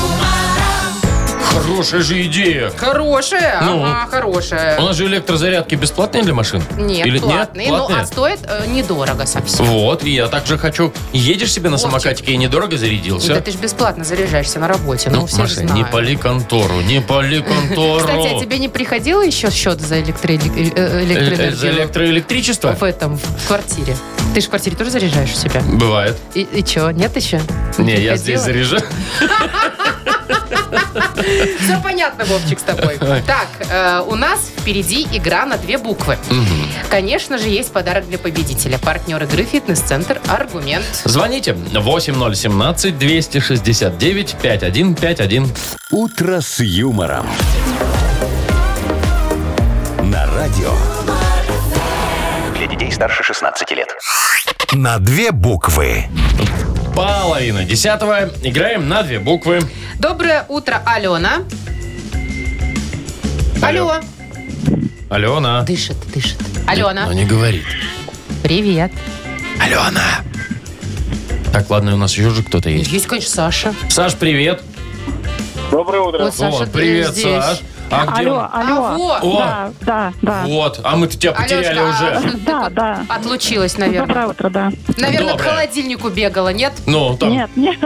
Speaker 2: Хорошая же идея.
Speaker 3: Хорошая,
Speaker 2: Ну.
Speaker 3: ага, хорошая.
Speaker 2: У нас же электрозарядки бесплатные для машин?
Speaker 3: Нет,
Speaker 2: Или
Speaker 3: платные,
Speaker 2: нет? Платные?
Speaker 3: ну а стоит э, недорого совсем.
Speaker 2: Вот, и я также хочу. Едешь себе на
Speaker 3: Вовчик.
Speaker 2: самокатике и недорого зарядился.
Speaker 3: Да ты же бесплатно заряжаешься на работе, ну,
Speaker 2: ну,
Speaker 3: все же
Speaker 2: Маша, не
Speaker 3: знают.
Speaker 2: пали контору, не пали контору.
Speaker 3: Кстати, а тебе не приходил еще счет за электро- э,
Speaker 2: Э, э,
Speaker 3: э,
Speaker 2: За
Speaker 3: электроэнергию?
Speaker 2: электроэлектричество?
Speaker 3: В этом, в квартире. Ты же в квартире тоже заряжаешь у себя?
Speaker 2: Бывает.
Speaker 3: И, и чё, нет еще?
Speaker 2: Не, я здесь заряжаю.
Speaker 3: Все понятно, Вовчик, с тобой. Так, э, у нас впереди игра на две буквы. Конечно же, есть подарок для победителя. Партнер игры «Фитнес-центр Аргумент».
Speaker 2: Звоните 8017-269-5151.
Speaker 1: «Утро с юмором». На радио.
Speaker 4: Для детей старше 16 лет.
Speaker 1: На две буквы.
Speaker 2: Половина десятого. Играем на две буквы.
Speaker 3: Доброе утро, Алена.
Speaker 2: Алло.
Speaker 3: Алло.
Speaker 2: Алена.
Speaker 3: Дышит, дышит. Алена.
Speaker 2: Но не говорит.
Speaker 3: Привет.
Speaker 2: Алена. Так, ладно, у нас еще же кто-то есть.
Speaker 3: Есть, конечно, Саша.
Speaker 2: Саш, привет.
Speaker 5: Доброе утро.
Speaker 3: Вот Саша,
Speaker 2: О,
Speaker 3: ты
Speaker 2: привет,
Speaker 3: здесь.
Speaker 2: Саш. А где
Speaker 6: Алло,
Speaker 2: он?
Speaker 3: А,
Speaker 6: алло.
Speaker 3: вот.
Speaker 2: О,
Speaker 6: Да, да, да.
Speaker 2: Вот, а мы тебя потеряли
Speaker 3: Алешка,
Speaker 2: уже.
Speaker 6: Да, да.
Speaker 3: Отлучилась, наверное.
Speaker 6: Доброе утро, да.
Speaker 3: Наверное, к
Speaker 2: Доброе.
Speaker 3: холодильнику бегала, нет?
Speaker 2: Ну, там,
Speaker 6: Нет, нет,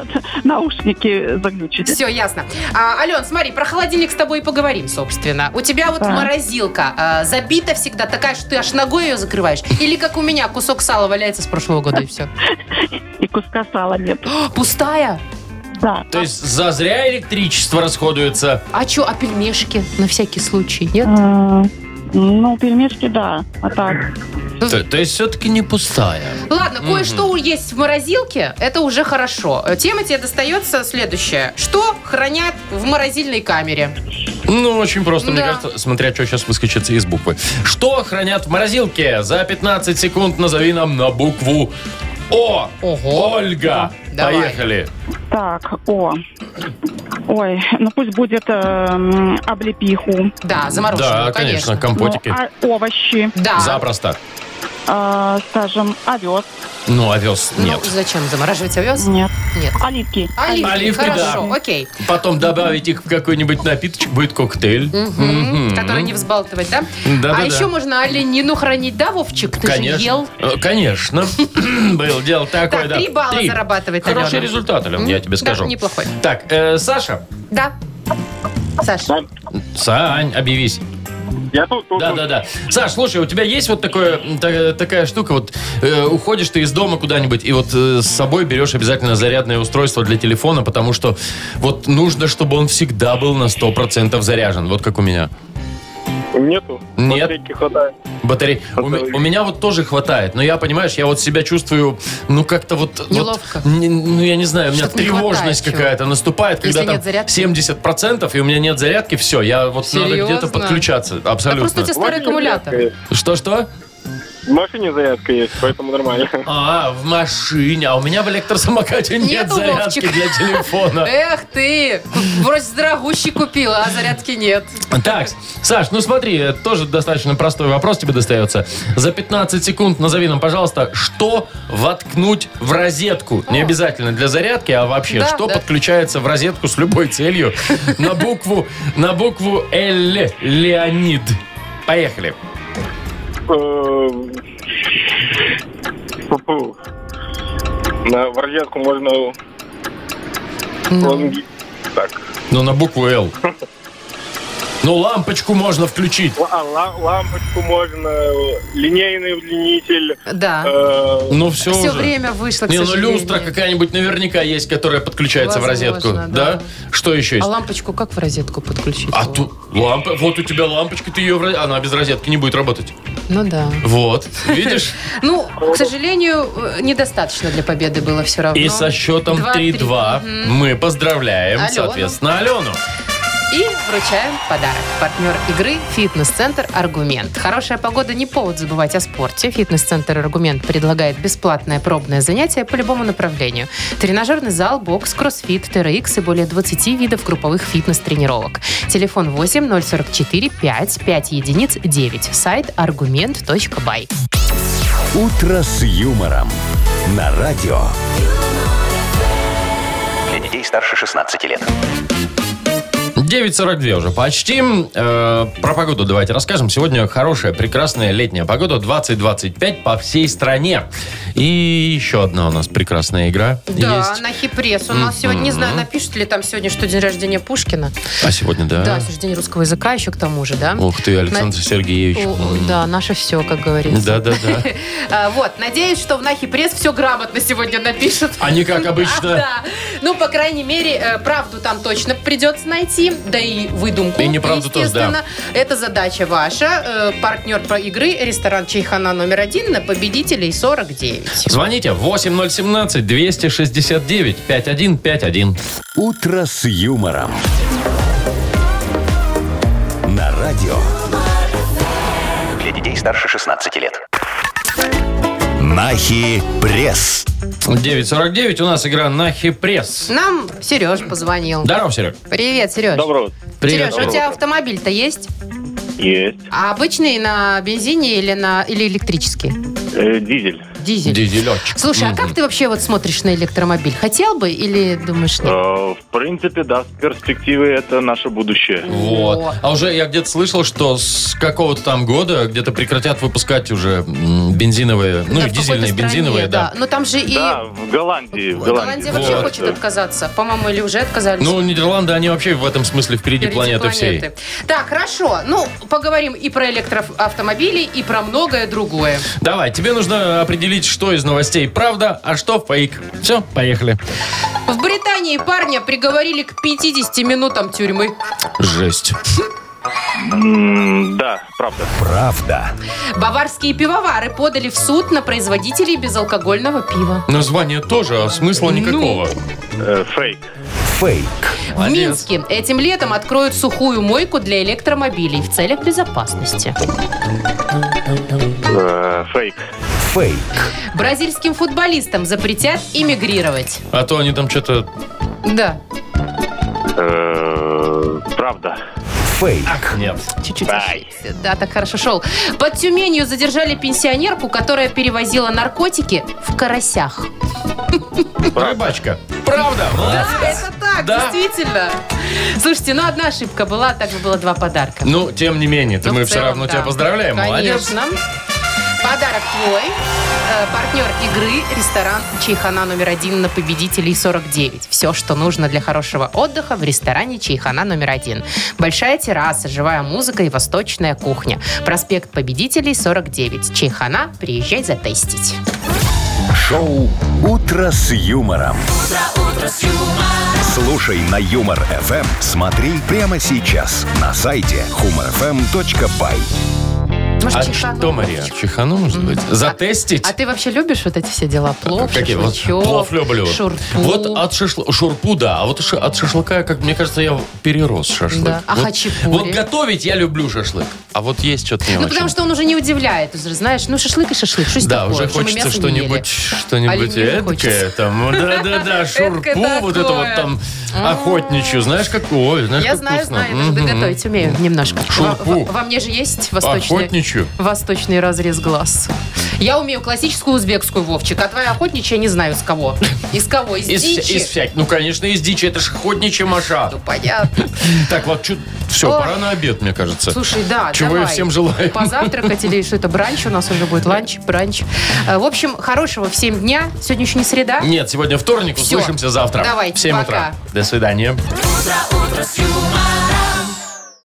Speaker 6: наушники заглючили.
Speaker 3: Все, ясно. А, Ален, смотри, про холодильник с тобой и поговорим, собственно. У тебя вот
Speaker 6: Да.
Speaker 3: морозилка а, забита всегда, такая, что ты аж ногой ее закрываешь. Или, как у меня, кусок сала валяется с прошлого года, и все.
Speaker 6: И куска сала нет.
Speaker 3: А, Пустая?
Speaker 6: Да.
Speaker 2: то есть зазря электричество расходуется.
Speaker 3: А что, а пельмешки на всякий случай, нет?
Speaker 6: А, Ну, пельмешки, да. А так.
Speaker 2: То, то есть все-таки не пустая.
Speaker 3: Ладно,
Speaker 2: Мгм.
Speaker 3: кое-что у- есть в морозилке, это уже хорошо. Э, Тема тебе достается следующая. Что хранят в морозильной камере?
Speaker 2: Ну, очень просто, мне
Speaker 3: Да.
Speaker 2: кажется, смотря что сейчас выскочится из буквы. Что хранят в морозилке? За 15 секунд назови нам на букву О!
Speaker 3: Ого.
Speaker 2: Ольга!
Speaker 3: Давай.
Speaker 2: Поехали.
Speaker 8: Так, о. Ой, ну пусть будет эм, облепиху.
Speaker 3: Да, замороженную,
Speaker 2: Да, конечно, компотики.
Speaker 8: Ну, а- овощи,
Speaker 3: Да.
Speaker 2: Запросто.
Speaker 8: э, скажем, овес.
Speaker 2: Ну, овес
Speaker 3: Ну,
Speaker 2: нет.
Speaker 3: зачем замораживать овес?
Speaker 8: Нет.
Speaker 3: Нет.
Speaker 8: Оливки.
Speaker 3: Оливки,
Speaker 2: Оливки,
Speaker 3: хорошо,
Speaker 2: да.
Speaker 3: окей.
Speaker 2: Потом добавить их в какой-нибудь напиточек, будет коктейль. Ну,
Speaker 3: Мгм. Который не взбалтывать, да?
Speaker 2: Да-да-да.
Speaker 3: а еще можно оленину хранить, да, Вовчик? Ты
Speaker 2: Конечно.
Speaker 3: же ел.
Speaker 2: Э, Конечно. Был дело такое,
Speaker 3: Так,
Speaker 2: да.
Speaker 3: три балла зарабатывает
Speaker 2: Хороший
Speaker 3: Алена.
Speaker 2: результат, Ален, я тебе
Speaker 3: Да,
Speaker 2: скажу.
Speaker 3: неплохой.
Speaker 2: Так, э, Саша,
Speaker 3: Да. Саша.
Speaker 2: Сань, объявись.
Speaker 5: Я тут, тут,
Speaker 2: Да, да, да. Саш, слушай, у тебя есть вот такое, та- такая штука, вот э, уходишь ты из дома куда-нибудь, и вот э, с собой берешь обязательно зарядное устройство для телефона, потому что вот нужно, чтобы он всегда был на 100% заряжен, вот как у меня.
Speaker 5: Нету.
Speaker 2: Нет.
Speaker 5: Батарейки хватает.
Speaker 2: Батарей. У, ме- у меня вот тоже хватает, но я, понимаешь, я вот себя чувствую, ну, как-то вот... вот,
Speaker 3: Неловко.
Speaker 2: не- ну, я не знаю, у меня
Speaker 3: Что-то не
Speaker 2: тревожность
Speaker 3: хватает
Speaker 2: какая-то наступает,
Speaker 3: Если
Speaker 2: когда там
Speaker 3: нет зарядки?
Speaker 2: 70%, и у меня нет зарядки, все, я вот надо
Speaker 3: Серьезно?
Speaker 2: где-то подключаться,
Speaker 3: Да просто
Speaker 2: абсолютно.
Speaker 3: у тебя старый аккумулятор.
Speaker 2: Что-что?
Speaker 5: В машине зарядка есть, поэтому нормально.
Speaker 2: А, в машине, а у меня в электросамокате нет
Speaker 3: Нету,
Speaker 2: зарядки
Speaker 3: Вовчик.
Speaker 2: для телефона.
Speaker 3: Эх ты! Вроде дорогущий купила, а зарядки нет.
Speaker 2: Так, Саш, ну смотри, э, тоже достаточно простой вопрос тебе достается. За 15 секунд назови нам, пожалуйста, что воткнуть в розетку. Не обязательно для зарядки, а вообще,
Speaker 3: Да,
Speaker 2: что
Speaker 3: да.
Speaker 2: подключается в розетку с любой целью на букву, на букву Л. Леонид. Поехали.
Speaker 5: Эм, фу-фу. На в розетку можно лонги. Так.
Speaker 2: Ну, на букву Л. Ну, лампочку можно включить.
Speaker 5: Л- а, ла- Лампочку можно, линейный удлинитель.
Speaker 3: Да.
Speaker 5: э,
Speaker 2: Ну, все
Speaker 3: Все
Speaker 2: уже.
Speaker 3: время вышло, к
Speaker 2: Не, ну
Speaker 3: сожалению. А
Speaker 2: люстра какая-нибудь наверняка есть, которая подключается
Speaker 3: Возможно,
Speaker 2: в розетку. Да.
Speaker 3: да.
Speaker 2: Что еще
Speaker 3: А
Speaker 2: есть?
Speaker 3: лампочку как в розетку подключить?
Speaker 2: А тут лампа, вот у тебя лампочка, ты ее, в роз- она без розетки не будет работать.
Speaker 3: Ну да.
Speaker 2: Вот, видишь?
Speaker 3: Ну, к сожалению, э, недостаточно для победы было все равно.
Speaker 2: И со счетом
Speaker 3: Два, три.
Speaker 2: 3-2 мы поздравляем,
Speaker 3: Алену.
Speaker 2: соответственно, Алену.
Speaker 3: И вручаем подарок. Партнер игры «Фитнес-центр Аргумент». Хорошая погода не повод забывать о спорте. «Фитнес-центр Аргумент» предлагает бесплатное пробное занятие по любому направлению. Тренажерный зал, бокс, кроссфит, TRX и более 20 видов групповых фитнес-тренировок. Телефон 8 044 5 5 единиц 9. Сайт argument.by.
Speaker 1: «Утро с юмором» на радио.
Speaker 4: Для детей старше 16 лет.
Speaker 2: 9.42 уже почти. Э, про погоду давайте расскажем. Сегодня хорошая, прекрасная летняя погода. 20-25 по всей стране. И еще одна у нас прекрасная игра
Speaker 3: Да,
Speaker 2: есть.
Speaker 3: на Хипресс. У нас сегодня, не знаю, напишут ли там сегодня, что день рождения Пушкина.
Speaker 2: А сегодня, да?
Speaker 3: Да, сегодня день русского языка еще к тому же, да?
Speaker 2: Ух ты, Александр
Speaker 3: На-
Speaker 2: Сергеевич.
Speaker 3: О, Да, наше все, как говорится.
Speaker 2: Да, да, да.
Speaker 3: А, Вот, надеюсь, что в Нахи Пресс все грамотно сегодня напишет.
Speaker 2: А не как обычно.
Speaker 3: Да. Ну, по крайней мере, э, правду там точно придется найти, да и выдумку.
Speaker 2: И неправду тоже, да.
Speaker 3: естественно. Это задача ваша. Э, Партнер про игры, ресторан Чайхана номер один на победителей 49.
Speaker 2: Звоните 8017-269-5151.
Speaker 1: «Утро с юмором». На радио.
Speaker 4: Для детей старше 16 лет.
Speaker 1: Нахи пресс.
Speaker 2: 949 у нас игра на хипресс.
Speaker 3: Нам Сереж позвонил.
Speaker 2: Здорово, Серег.
Speaker 3: Привет, Сереж.
Speaker 5: Доброе
Speaker 2: Привет.
Speaker 3: Сереж, у тебя автомобиль-то есть?
Speaker 5: Есть.
Speaker 3: А обычный на бензине или на или электрический?
Speaker 5: Э, Дизель.
Speaker 3: Дизель.
Speaker 2: Дизелечек.
Speaker 3: Слушай, а как ты вообще вот смотришь на электромобиль? Хотел бы или думаешь нет?
Speaker 5: Э, В принципе, да, с перспективы это наше будущее.
Speaker 2: Вот.
Speaker 3: О.
Speaker 2: А уже я где-то слышал, что с какого-то там года где-то прекратят выпускать уже м, бензиновые, ну
Speaker 3: Да,
Speaker 2: и дизельные,
Speaker 3: в какой-то стране,
Speaker 2: бензиновые, да.
Speaker 3: Но там же и
Speaker 5: Да, в Голландии. В Голландии,
Speaker 3: Голландия вообще
Speaker 2: Вот.
Speaker 3: хочет отказаться, по-моему, или уже отказались.
Speaker 2: Ну, Нидерланды, они вообще в этом смысле впереди,
Speaker 3: Впереди
Speaker 2: планеты, всей.
Speaker 3: планеты. Так, хорошо. Ну, поговорим и про электроавтомобили, и про многое другое.
Speaker 2: Давай, тебе нужно определить, что из новостей правда, а что фейк. Все, поехали.
Speaker 3: В Британии парня приговорили к 50 минутам тюрьмы.
Speaker 2: Жесть.
Speaker 5: М, Да, правда.
Speaker 1: Правда.
Speaker 3: Баварские пивовары подали в суд на производителей безалкогольного пива.
Speaker 2: Название тоже, а смысла
Speaker 3: Ну.
Speaker 2: никакого.
Speaker 5: Э, Фейк.
Speaker 1: Фейк.
Speaker 3: В
Speaker 2: Молодец.
Speaker 3: Минске этим летом откроют сухую мойку для электромобилей в целях безопасности.
Speaker 5: Э, Фейк.
Speaker 1: Фейк.
Speaker 3: Бразильским футболистам запретят эмигрировать.
Speaker 2: А то они там что-то...
Speaker 3: Да.
Speaker 5: Э, Правда.
Speaker 1: Фейк.
Speaker 2: Нет.
Speaker 3: Чуть-чуть. ошибся. Да, так хорошо шел. Под Тюменью задержали пенсионерку, которая перевозила наркотики в карасях.
Speaker 2: Рыбачка. Правда? Молодец.
Speaker 3: А, это так,
Speaker 2: Да.
Speaker 3: действительно. Слушайте, ну одна ошибка была, так бы было два подарка.
Speaker 2: Ну, тем не менее, ты
Speaker 3: Ну,
Speaker 2: мы
Speaker 3: в
Speaker 2: все
Speaker 3: целом,
Speaker 2: равно
Speaker 3: да.
Speaker 2: тебя поздравляем. Молодец.
Speaker 3: Конечно. Подарок твой. Э, Партнер игры ресторан Чайхана номер один на победителей 49. Все, что нужно для хорошего отдыха в ресторане Чайхана номер один. Большая терраса, живая музыка и восточная кухня. Проспект победителей 49. Чайхана, приезжай затестить.
Speaker 1: Шоу «Утро с юмором». Слушай на Юмор ФМ. Смотри прямо сейчас на сайте humorfm.by.
Speaker 3: Может,
Speaker 2: А
Speaker 3: Чайхану?
Speaker 2: что, Мария, чихану, может быть? Затестить?
Speaker 3: А ты вообще любишь вот эти все дела? Плов,
Speaker 2: Какие? Вот
Speaker 3: шашлычок,
Speaker 2: плов люблю.
Speaker 3: шурпу?
Speaker 2: Вот от шашлыка, шурпу, да. А вот ш- от шашлыка, как мне кажется, я перерос шашлык.
Speaker 3: Да. А
Speaker 2: вот,
Speaker 3: хачапури?
Speaker 2: Вот готовить я люблю шашлык. А вот есть что-то не
Speaker 3: Ну,
Speaker 2: очень.
Speaker 3: потому что он уже не удивляет. Уже, знаешь, ну, шашлык и шашлык. Что
Speaker 2: Да,
Speaker 3: такое?
Speaker 2: уже
Speaker 3: Что мы
Speaker 2: хочется
Speaker 3: мясо не ели?
Speaker 2: что-нибудь, что-нибудь
Speaker 3: А оленины
Speaker 2: эдкое,
Speaker 3: хочется.
Speaker 2: там, да-да-да, шурпу,
Speaker 3: Эдкое
Speaker 2: вот это вот
Speaker 3: такое.
Speaker 2: там охотничью, знаешь, как, ой, знаешь,
Speaker 3: Я
Speaker 2: как
Speaker 3: знаю,
Speaker 2: вкусно.
Speaker 3: знаю, даже
Speaker 2: Мгм.
Speaker 3: доготовить умею немножко.
Speaker 2: Шурпу.
Speaker 3: Во, во- во мне же есть восточный,
Speaker 2: Охотничью?
Speaker 3: восточный разрез глаз. Я умею классическую узбекскую, Вовчик, а твоя охотничья не знаю из кого. Из кого? Из,
Speaker 2: Из,
Speaker 3: дичи?
Speaker 2: вся- из всяких, ну, конечно, из дичи, это ж охотничья маша.
Speaker 3: Ну, понятно.
Speaker 2: Так, вот, все,
Speaker 3: Ой.
Speaker 2: пора на обед, мне кажется.
Speaker 3: Слушай, да,
Speaker 2: Чего
Speaker 3: давай.
Speaker 2: я всем желаю.
Speaker 3: Позавтракать или что это, бранч у нас уже будет, ланч, бранч. Э, В общем, хорошего всем дня. Сегодня еще не среда.
Speaker 2: Нет, сегодня вторник,
Speaker 3: Всё.
Speaker 2: услышимся завтра.
Speaker 3: Давайте,
Speaker 2: в 7 утра.
Speaker 3: пока.
Speaker 2: До свидания.
Speaker 9: утро, утро с юмором.